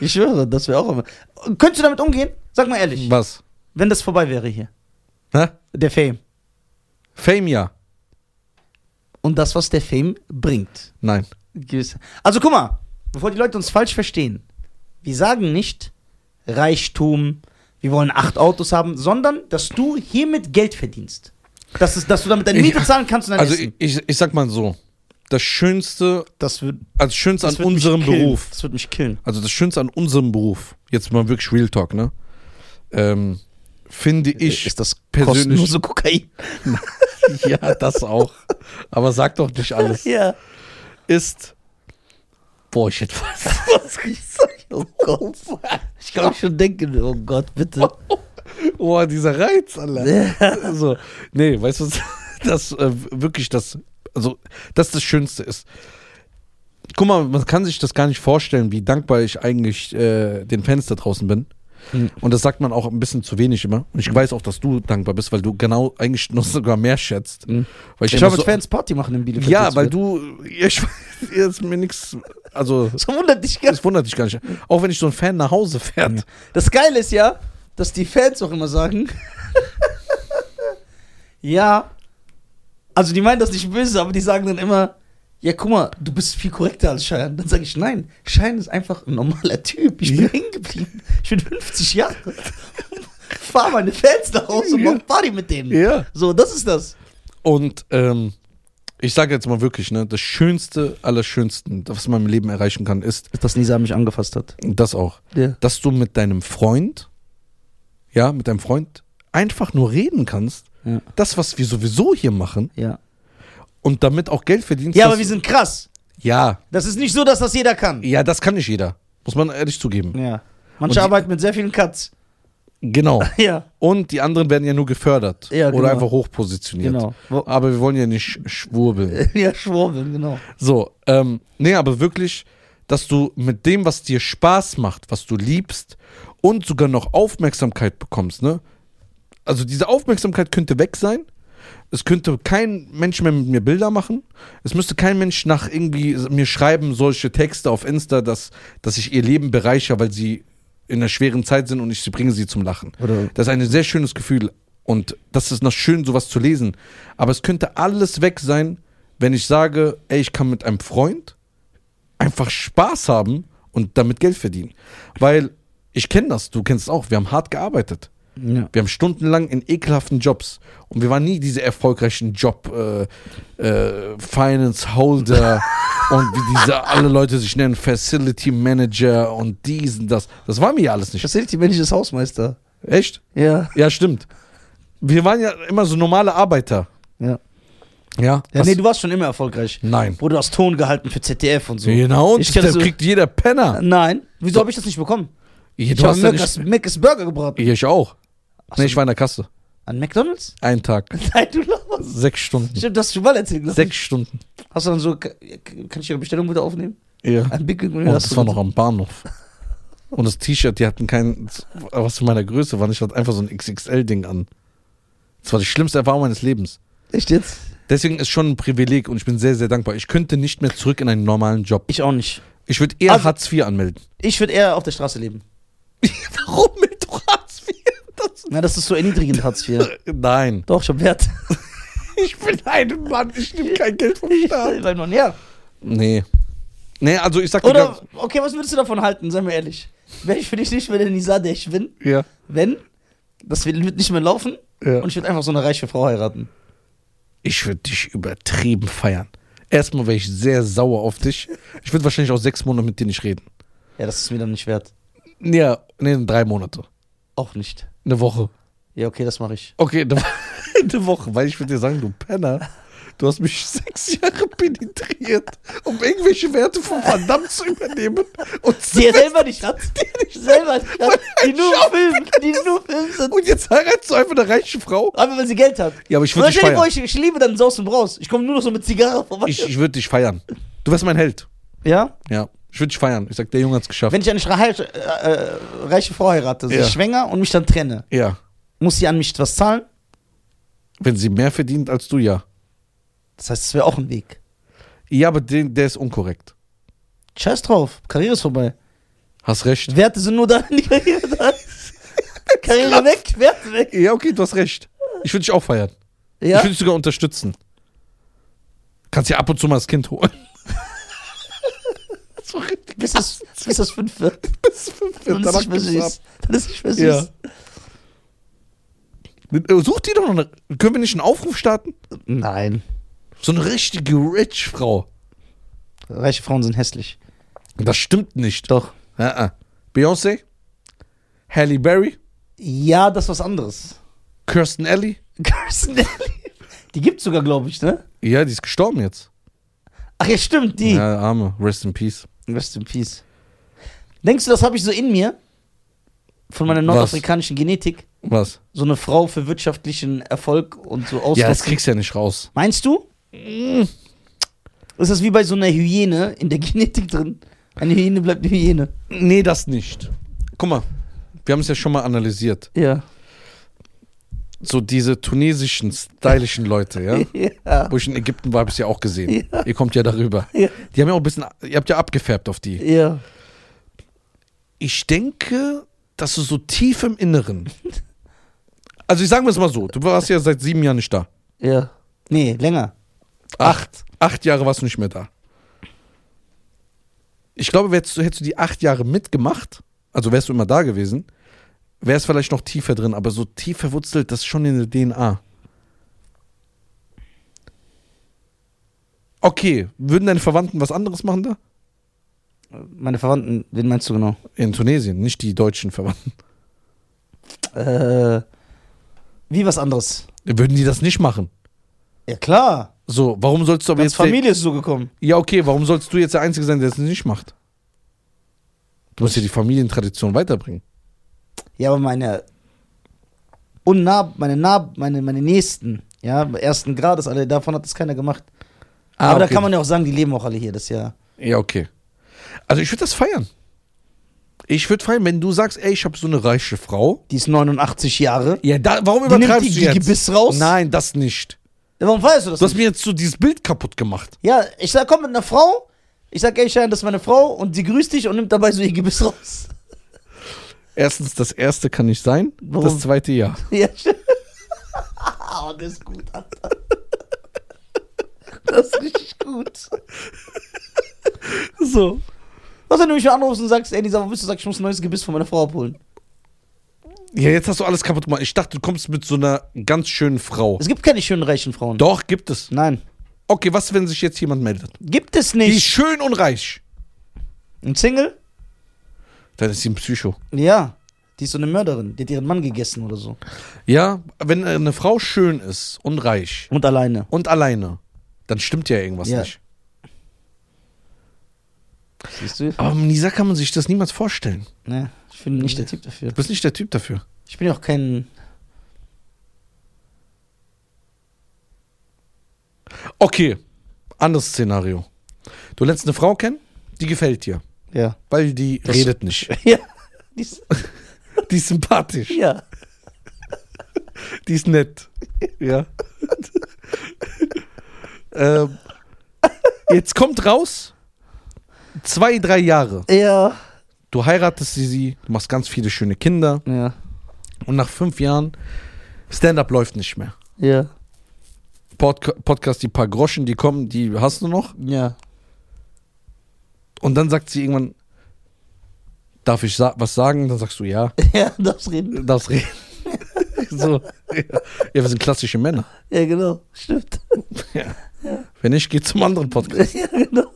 S2: Ich schwöre, das wäre auch immer. Könntest du damit umgehen? Sag mal ehrlich.
S1: Was?
S2: Wenn das vorbei wäre hier.
S1: Hä?
S2: Der Fame.
S1: Fame ja.
S2: Und das, was der Fame bringt.
S1: Nein.
S2: Gewiss- Also guck mal, bevor die Leute uns falsch verstehen. Wir sagen nicht Reichtum, wir wollen acht Autos haben, sondern dass du hiermit Geld verdienst. Das ist, dass du damit deine
S1: Ich-
S2: Miete zahlen kannst und dein
S1: Also
S2: Essen.
S1: ich, ich, ich sag mal so, das Schönste,
S2: Das wird,
S1: als Schönste
S2: das
S1: an
S2: wird mich
S1: unserem
S2: killen.
S1: Beruf,
S2: Das wird mich killen.
S1: also das Schönste an unserem Beruf, jetzt mal wirklich Real Talk, ne? Ähm, finde ich.
S2: ist das
S1: persönlich-
S2: kostenlose Kokain?
S1: <laughs> ja, das auch. Aber sag doch <laughs> nicht alles.
S2: ja.
S1: Ist. Boah, ich hätte fast.
S2: Was <laughs> gesagt? Oh Gott. Ich kann mich schon denken, oh Gott, bitte.
S1: Boah, dieser Reiz,
S2: <laughs>
S1: Alter. so. Nee, weißt du, <laughs> was? das äh, wirklich das. Also, das das Schönste ist. Guck mal, man kann sich das gar nicht vorstellen, wie dankbar ich eigentlich äh, den Fans da draußen bin.
S2: Hm.
S1: Und das sagt man auch ein bisschen zu wenig immer. Und ich weiß auch, dass du dankbar bist, weil du genau eigentlich noch sogar mehr schätzt.
S2: Hm.
S1: Weil ich,
S2: Ich
S1: immer
S2: habe mit
S1: so,
S2: Fans Party machen in Bielefeld.
S1: ja, weil du, ja, ich <laughs> weiß, jetzt mir nichts, also
S2: <laughs> Das wundert dich gar
S1: Das wundert dich gar nicht. Auch wenn ich so ein Fan nach Hause fährt.
S2: nicht. Das Geile ist ja, dass die Fans auch immer sagen: <laughs> Ja. Also, die meinen das nicht böse, aber die sagen dann immer: Ja, guck mal, du bist viel korrekter als Schein. Dann sage ich: Nein, Schein ist einfach ein normaler Typ. Ich bin hängen geblieben. Ich bin 50 Jahre. <laughs> Fahr meine Fans nach Hause und
S1: Ja.
S2: mach Party mit denen.
S1: Ja.
S2: So, das ist das.
S1: Und ähm, ich sage jetzt mal wirklich, ne, das Schönste aller Schönsten, was man im Leben erreichen kann, ist
S2: Dass Nisa mich angefasst hat.
S1: das auch,
S2: Ja.
S1: dass du mit deinem Freund, ja, mit deinem Freund einfach nur reden kannst.
S2: Ja.
S1: Das, was wir sowieso hier machen
S2: Ja,
S1: und damit auch Geld verdienst.
S2: ja
S1: dass-
S2: aber wir sind krass.
S1: ja,
S2: Das ist nicht so, dass das jeder kann.
S1: ja, das kann nicht jeder. Muss man ehrlich zugeben.
S2: Ja.
S1: Und
S2: Manche
S1: die-
S2: arbeiten mit sehr vielen Cuts.
S1: Genau.
S2: <laughs> Ja.
S1: Und die anderen werden ja nur gefördert
S2: Ja, genau.
S1: oder einfach hochpositioniert.
S2: Genau. Wo-
S1: Aber wir wollen ja nicht schwurbeln.
S2: <laughs> Ja, schwurbeln, genau.
S1: So, ähm, nee, aber wirklich, dass du mit dem, was dir Spaß macht, was du liebst und sogar noch Aufmerksamkeit bekommst, ne? Also diese Aufmerksamkeit könnte weg sein. Es könnte kein Mensch mehr mit mir Bilder machen. Es müsste kein Mensch nach irgendwie mir schreiben, solche Texte auf Insta, dass, dass ich ihr Leben bereichere, weil sie in einer schweren Zeit sind und ich sie bringe sie zum Lachen.
S2: Oder-
S1: Das ist ein sehr schönes Gefühl. Und das ist noch schön, sowas zu lesen. Aber es könnte alles weg sein, wenn ich sage, ey, ich kann mit einem Freund einfach Spaß haben und damit Geld verdienen. Weil ich kenne das, du kennst es auch, wir haben hart gearbeitet.
S2: Ja.
S1: Wir haben stundenlang in ekelhaften Jobs und wir waren nie diese erfolgreichen Job äh, äh, Finance Holder <laughs> und wie diese alle Leute sich nennen Facility Manager und diesen das. Das waren wir ja alles nicht.
S2: Facility Manager ist Hausmeister.
S1: Echt?
S2: Ja.
S1: Ja, stimmt. Wir waren ja immer so normale Arbeiter.
S2: Ja.
S1: Ja.
S2: ja
S1: Was-
S2: nee, du warst schon immer erfolgreich.
S1: Nein.
S2: Bruder, du hast Ton gehalten für ZDF und so.
S1: Genau,
S2: Ich
S1: und
S2: kenn
S1: das
S2: so-
S1: kriegt jeder Penner.
S2: Nein. Wieso habe ich das nicht bekommen?
S1: Ja,
S2: Ich
S1: du
S2: habe
S1: hast ja
S2: Mc's,
S1: nicht,
S2: Mc's Burger gebraten.
S1: Ja, ich auch.
S2: Ach so,
S1: Nee, ich war in der Kasse.
S2: An McDonalds? <laughs>
S1: Einen Tag.
S2: Nein, du laberst.
S1: Sechs Stunden.
S2: Stimmt, das hast du schon mal erzählt. glaub ich.
S1: Sechs Stunden.
S2: Hast du dann so, kann ich Ihre Bestellung
S1: <laughs>
S2: wieder aufnehmen?
S1: Ja.
S2: Ein Big Mac
S1: Und Oh, das war noch am Bahnhof. Und das T-Shirt, die hatten kein, was zu meiner Größe war. Ich hatte einfach so ein XXL-Ding an. Das war die schlimmste Erfahrung meines Lebens.
S2: Echt jetzt?
S1: Deswegen ist schon ein Privileg und ich bin sehr, sehr dankbar. Ich könnte nicht mehr zurück in einen normalen Job.
S2: Ich auch nicht.
S1: Ich würde eher
S2: Also-
S1: Hartz IV anmelden. <laughs>
S2: Ich würde eher auf der Straße leben.
S1: Warum mit Hartz IV? Das
S2: Na, das ist so erniedrigend, Hartz IV.
S1: <laughs> Nein.
S2: Doch, ich hab
S1: <laughs>
S2: Wert. <laughs>
S1: Ich bin ein Mann, ich nehme kein Geld vom
S2: Nein, Mann, ja.
S1: Nee. Nee, also ich sag dir
S2: Oder,
S1: ganz-
S2: okay, was würdest du davon halten, seien wir ehrlich? Wäre ich für dich nicht mehr der Nisa, der ich bin,
S1: Ja.
S2: wenn, das wird wird nicht mehr laufen
S1: Ja.
S2: und ich würde einfach so eine reiche Frau heiraten.
S1: Ich würde dich übertrieben feiern. Erstmal wäre ich sehr sauer auf dich. Ich würde wahrscheinlich auch sechs Monate mit dir nicht reden.
S2: Ja, das ist mir dann nicht wert.
S1: Ja, nee, drei Monate.
S2: Auch nicht.
S1: Eine Woche.
S2: Ja, okay, das mache ich.
S1: Okay, eine, <laughs> eine Woche, weil ich würde dir sagen, du Penner, du hast mich sechs Jahre penetriert, um irgendwelche Werte von Van Damme zu übernehmen. Und,
S2: Die er selber nicht hat. Die selber nicht
S1: <laughs>
S2: hat. Die nur
S1: Schau,
S2: Film, die nur Film sind.
S1: und jetzt heiratest du einfach eine reiche Frau.
S2: Einfach weil sie Geld hat.
S1: Ja, aber ich
S2: Und
S1: würde
S2: dann
S1: dich
S2: stell dir vor,
S1: feiern.
S2: ich, ich liebe dann Saus und Braus. Ich komme nur noch so mit Zigarre vorbei.
S1: Ich, ich würde dich feiern. Du wärst mein Held.
S2: ja?
S1: Ja, ich würde dich feiern. Ich sag, der Junge hat's geschafft.
S2: Wenn ich eine schrei- äh, äh, reiche Frau heirate, so
S1: Ja.
S2: schwanger und mich dann trenne,
S1: ja,
S2: muss sie an mich was zahlen?
S1: wenn sie mehr verdient als du, ja.
S2: Das heißt, es wäre auch ein Weg.
S1: Ja, aber den, der ist unkorrekt.
S2: Scheiß drauf, Karriere ist vorbei.
S1: Hast recht.
S2: Werte sind nur da, wenn die Karriere da
S1: <laughs>
S2: ist. Karriere weg, Werte weg.
S1: Ja, okay, du hast recht. Ich würde dich auch feiern. Ich
S2: Ja,
S1: würde dich sogar unterstützen. Kannst ja ab und zu mal das Kind holen. so richtig.
S2: bis das, bis das fünf wird.
S1: Bis fünf
S2: Dann
S1: wird,
S2: ist
S1: danach
S2: nicht mehr
S1: gibt's ab.
S2: süß. Dann ist nicht mehr süß.
S1: Ja. Äh, Such dir doch noch eine. Können wir nicht einen Aufruf starten?
S2: Nein,
S1: So eine richtige Rich-Frau.
S2: reiche Frauen sind hässlich.
S1: Das stimmt nicht.
S2: Doch.
S1: Ah, ah. Beyoncé, Halle Berry,
S2: Ja, das ist was anderes. <laughs>
S1: Kirsten Alley.
S2: Kirsten Alley. Die gibt's sogar, glaube ich, ne?
S1: Ja, die ist gestorben jetzt.
S2: Ach ja, stimmt, die.
S1: Ja, Arme. Rest in Peace.
S2: Rest in Peace. Denkst du, das habe ich so in mir? Von meiner
S1: Was?
S2: nordafrikanischen Genetik?
S1: Was?
S2: So eine Frau für wirtschaftlichen Erfolg und so aus.
S1: Ja, das kriegst du ja nicht raus.
S2: Meinst du? Ist das wie bei so einer Hyäne in der <laughs> Genetik drin? Eine Hyäne bleibt eine Hyäne.
S1: Nee, das nicht. Guck mal, wir haben es ja schon mal analysiert.
S2: Ja.
S1: So diese tunesischen, stylischen Leute, <laughs> ja?
S2: Ja.
S1: Wo ich in Ägypten war, habe ich es ja auch gesehen.
S2: Ja.
S1: Ihr kommt ja darüber.
S2: Ja.
S1: Die haben ja auch ein bisschen, ihr habt ja abgefärbt auf die.
S2: Ja.
S1: Ich denke, dass du so tief im <laughs> Inneren. Also ich sage mir es mal so, du warst ja seit sieben Jahren nicht da.
S2: ja. Nee, länger.
S1: Acht. Acht Jahre warst du nicht mehr da. Ich glaube, hättest du, hättest du die acht Jahre mitgemacht, also wärst du immer da gewesen, wärst vielleicht noch tiefer drin, aber so tief verwurzelt, das ist schon in der DNA. Okay, würden deine Verwandten was anderes machen da?
S2: Meine Verwandten, wen meinst du genau?
S1: In Tunesien, nicht die deutschen Verwandten.
S2: Äh, wie was anderes?
S1: Würden die das nicht machen?
S2: Ja, klar.
S1: So, warum sollst du aber
S2: Ganz
S1: jetzt. der-
S2: Familie ist so gekommen.
S1: Ja, okay, warum sollst du jetzt der Einzige sein, der das nicht macht? Du musst ja die Familientradition weiterbringen.
S2: Ja, aber meine unnah, meine nah, meine, meine Nächsten, ja, ersten Grades, alle, davon hat das keiner gemacht. aber
S1: Ah,
S2: da
S1: okay.
S2: kann man ja auch sagen, die leben auch alle hier, das ist ja.
S1: Ja, okay. Also ich würde das feiern. Ich würde feiern, wenn du sagst, ey, ich habe so eine reiche Frau.
S2: Die ist 89 Jahre.
S1: Ja, da, warum
S2: Die nimmt
S1: übertreibst
S2: die-
S1: du
S2: die
S1: jetzt?
S2: Gebiss raus?
S1: Nein, das nicht.
S2: Ja, warum weißt du das?
S1: Du hast
S2: nicht?
S1: mir jetzt so dieses Bild kaputt gemacht.
S2: Ja, ich sag, komm mit einer Frau. Ich sag, ey, Schein, das ist meine Frau und sie grüßt dich und nimmt dabei so ihr Gebiss raus. <laughs>
S1: Erstens, das erste kann nicht sein.
S2: Warum?
S1: Das zweite ja.
S2: Ja, stimmt. <laughs> oh, das ist gut, Alter. Das ist richtig gut. <laughs>
S1: So.
S2: Was, wenn du mich anrufst und sagst, ey, Lisa, wo bist du? Sag, ich muss ein neues Gebiss von meiner Frau abholen.
S1: Ja, jetzt hast du alles kaputt gemacht. Ich dachte, du kommst mit so einer ganz schönen Frau.
S2: Es gibt keine schönen reichen Frauen.
S1: Doch, gibt es.
S2: Nein.
S1: Okay, was, wenn sich jetzt jemand meldet?
S2: Gibt es
S1: Die ist
S2: nicht.
S1: schön und reich.
S2: Ein Single?
S1: Dann ist sie ein Psycho.
S2: Ja. Die ist so eine Mörderin. Die hat ihren Mann gegessen oder so.
S1: Ja, wenn eine Frau schön ist und reich
S2: Und alleine.
S1: und alleine, dann stimmt ja irgendwas
S2: Ja.
S1: nicht.
S2: Siehst du?
S1: Aber mit Nisa kann man sich das niemals vorstellen.
S2: Ne, ich bin nicht der Typ dafür.
S1: Du bist nicht der Typ dafür.
S2: Ich bin ja auch kein.
S1: Okay, anderes Szenario. Du lernst eine Frau kennen, die gefällt dir,
S2: Ja.
S1: weil die
S2: Das-
S1: redet nicht.
S2: <laughs> Ja. Die ist,
S1: Die ist sympathisch,
S2: ja.
S1: die ist nett. Ja. ähm, jetzt kommt raus, zwei, drei Jahre.
S2: Ja.
S1: Du heiratest sie, sie, du machst ganz viele schöne Kinder
S2: Ja.
S1: und nach fünf Jahren, Stand-up läuft nicht mehr.
S2: Ja.
S1: Podca Podcast, die paar Groschen, die kommen, die hast du noch.
S2: Ja.
S1: Und dann sagt sie irgendwann, darf ich sa was sagen? Dann sagst du ja,
S2: Ja, das reden.
S1: du darfst reden. <laughs> so. Ja, wir sind klassische Männer.
S2: Ja, genau. Stimmt. <laughs>
S1: Wenn nicht, geh zum anderen Podcast.
S2: Ja, genau.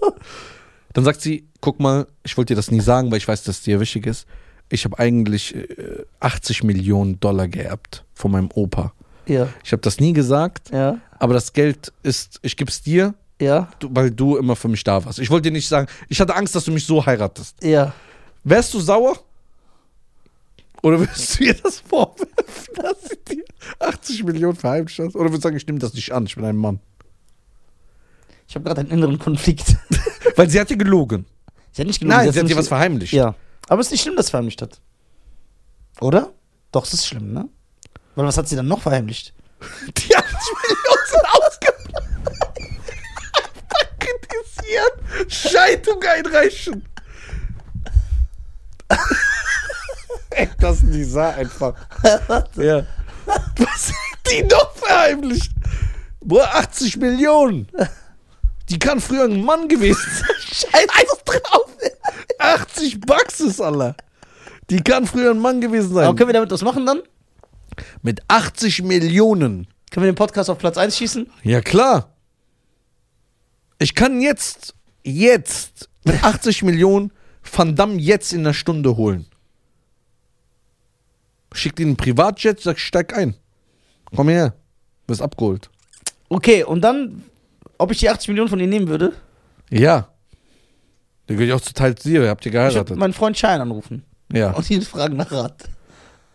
S1: Dann sagt sie, guck mal, ich wollte dir das nie sagen, weil ich weiß, dass es dir wichtig ist, ich habe eigentlich äh, 80 Millionen Dollar geerbt von meinem Opa.
S2: Ja.
S1: Ich habe das nie gesagt,
S2: Ja.
S1: aber das Geld ist, ich gebe es dir,
S2: Ja.
S1: du, weil du immer für mich da warst. Ich wollte dir nicht sagen, ich hatte Angst, dass du mich so heiratest.
S2: Ja.
S1: Wärst du sauer? Oder würdest du ihr das vorwerfen, dass sie dir 80 Millionen verheimlicht hast? Oder würdest du sagen, ich nehme das nicht an, ich bin ein Mann?
S2: Ich habe gerade einen inneren Konflikt. <laughs>
S1: Weil sie hat dir gelogen.
S2: Sie hat nicht gelogen,
S1: Nein, sie hat dir
S2: nicht-
S1: was verheimlicht.
S2: Ja. Aber es ist nicht schlimm, dass sie verheimlicht hat. Oder? Doch, es ist schlimm, ne? Weil was hat sie dann noch verheimlicht?
S1: Die 80 Millionen sind <laughs> ausgefallen. Kritisieren, Scheidung einreichen. Ey, das ist Nisa einfach.
S2: <laughs>
S1: ja. Was hat die noch verheimlicht? Boah, 80 Millionen. Die kann früher ein Mann gewesen sein. <laughs> Scheiß drauf. 80 Bucks, Alter. Die kann früher ein Mann gewesen sein.
S2: Aber können wir damit was machen dann?
S1: Mit 80 Millionen.
S2: Können wir den Podcast auf Platz 1 schießen?
S1: Ja, klar. Ich kann jetzt, jetzt mit 80 Millionen Van Damme jetzt in einer Stunde holen. Schickt ihn einen Privatjet, sag, steig ein. Komm her. Wirst abgeholt.
S2: Okay, und dann, ob ich die 80 Millionen von ihr nehmen würde?
S1: Ja. Der gehört ja auch zu Teil zu dir, ihr habt ja
S2: Ich würde
S1: geheiratet.
S2: meinen Freund Schein anrufen
S1: ja.
S2: und ihn fragen nach Rat.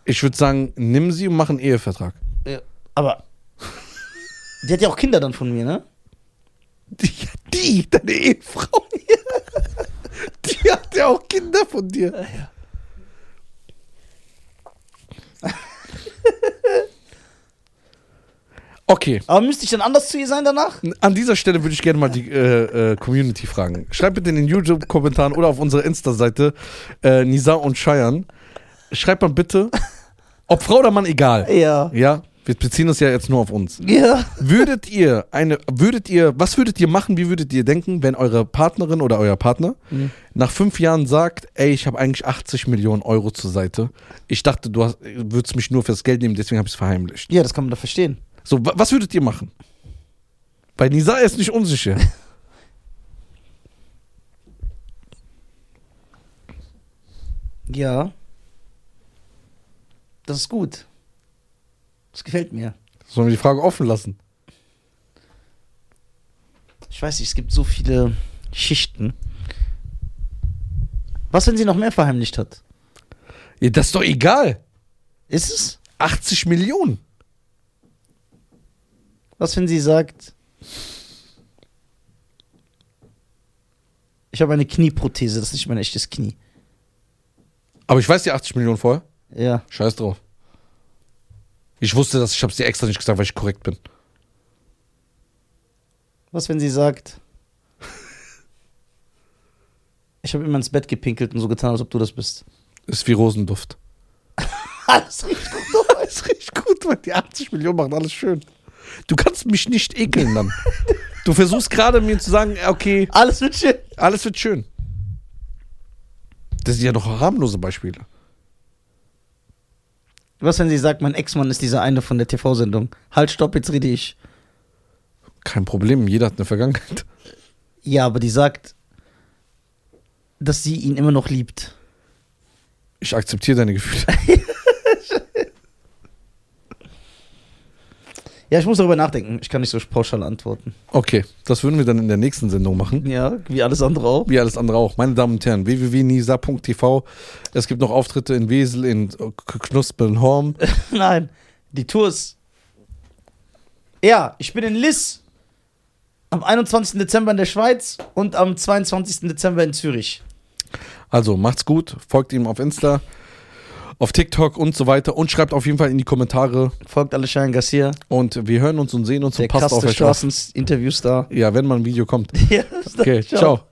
S1: Ich würde sagen, nimm sie und mach einen Ehevertrag.
S2: Ja. Aber <laughs> die hat ja auch Kinder dann von mir, ne?
S1: Die, die deine Ehefrau. Die hat ja auch Kinder von dir. Okay.
S2: Aber müsste ich dann anders zu ihr sein danach?
S1: An dieser Stelle würde ich gerne mal die äh, äh, Community fragen. Schreibt bitte in den YouTube-Kommentaren oder auf unserer Insta-Seite äh, Nisa und Scheiern. Schreibt mal bitte, ob Frau oder Mann, egal.
S2: Ja.
S1: Ja, wir beziehen das ja jetzt nur auf uns.
S2: Ja.
S1: Würdet ihr eine, würdet ihr, was würdet ihr machen, wie würdet ihr denken, wenn eure Partnerin oder euer Partner nach fünf Jahren sagt, ey, ich habe eigentlich 80 Millionen Euro zur Seite. Ich dachte, du hast, würdest mich nur fürs Geld nehmen, deswegen habe ich es verheimlicht.
S2: Ja, das kann man doch verstehen.
S1: So, wa was würdet ihr machen? Bei Nisa ist nicht unsicher.
S2: Ja. Das ist gut. Das gefällt mir.
S1: <laughs> Sollen wir die Frage offen lassen?
S2: Ich weiß nicht, es gibt so viele Schichten. Was, wenn sie noch mehr verheimlicht hat?
S1: Ja, das ist doch egal.
S2: Ist es?
S1: 80 Millionen.
S2: Was, wenn sie sagt, ich habe eine Knieprothese, das ist nicht mein echtes Knie.
S1: Aber ich weiß die 80 Millionen vorher.
S2: Ja.
S1: Scheiß drauf. Ich wusste das, ich habe es dir extra nicht gesagt, weil ich korrekt bin.
S2: Was, wenn sie sagt, ich habe immer ins Bett gepinkelt und so getan, als ob du das bist? <laughs>
S1: Ist wie Rosenduft.
S2: Alles riecht gut.
S1: <laughs> Das riecht gut, weil die 80 Millionen machen alles schön. Du kannst mich nicht ekeln dann. Du versuchst gerade mir zu sagen, okay,
S2: Alles wird schön.
S1: alles wird schön. Das sind ja noch harmlose Beispiele.
S2: Was, wenn sie sagt, mein Ex-Mann ist dieser eine von der TV-Sendung? Halt, stopp, jetzt rede ich.
S1: Kein Problem, jeder hat eine Vergangenheit.
S2: Ja, aber die sagt, dass sie ihn immer noch liebt.
S1: Ich akzeptiere deine Gefühle.
S2: Ja, ich muss darüber nachdenken. Ich kann nicht so pauschal antworten.
S1: Okay, das würden wir dann in der nächsten Sendung machen.
S2: Ja, wie alles andere auch.
S1: Wie alles andere auch. Meine Damen und Herren, www.nisa.tv. Es gibt noch Auftritte in Wesel, in K- Knuspelnhorn.
S2: <laughs> Nein, die Tour ist. Ja, ich bin in Liss. Am 21. Dezember in der Schweiz und am 22. Dezember in Zürich.
S1: Also macht's gut, folgt ihm auf Insta, auf TikTok und so weiter und schreibt auf jeden Fall in die Kommentare,
S2: Folgt alle Schein Garcia,
S1: Und wir hören uns und sehen uns
S2: der
S1: und passt auf
S2: krasseste
S1: euch auf.
S2: Straßeninterviewstar.
S1: Ja, wenn mal ein Video kommt.
S2: <laughs> Ja,
S1: Okay, ciao.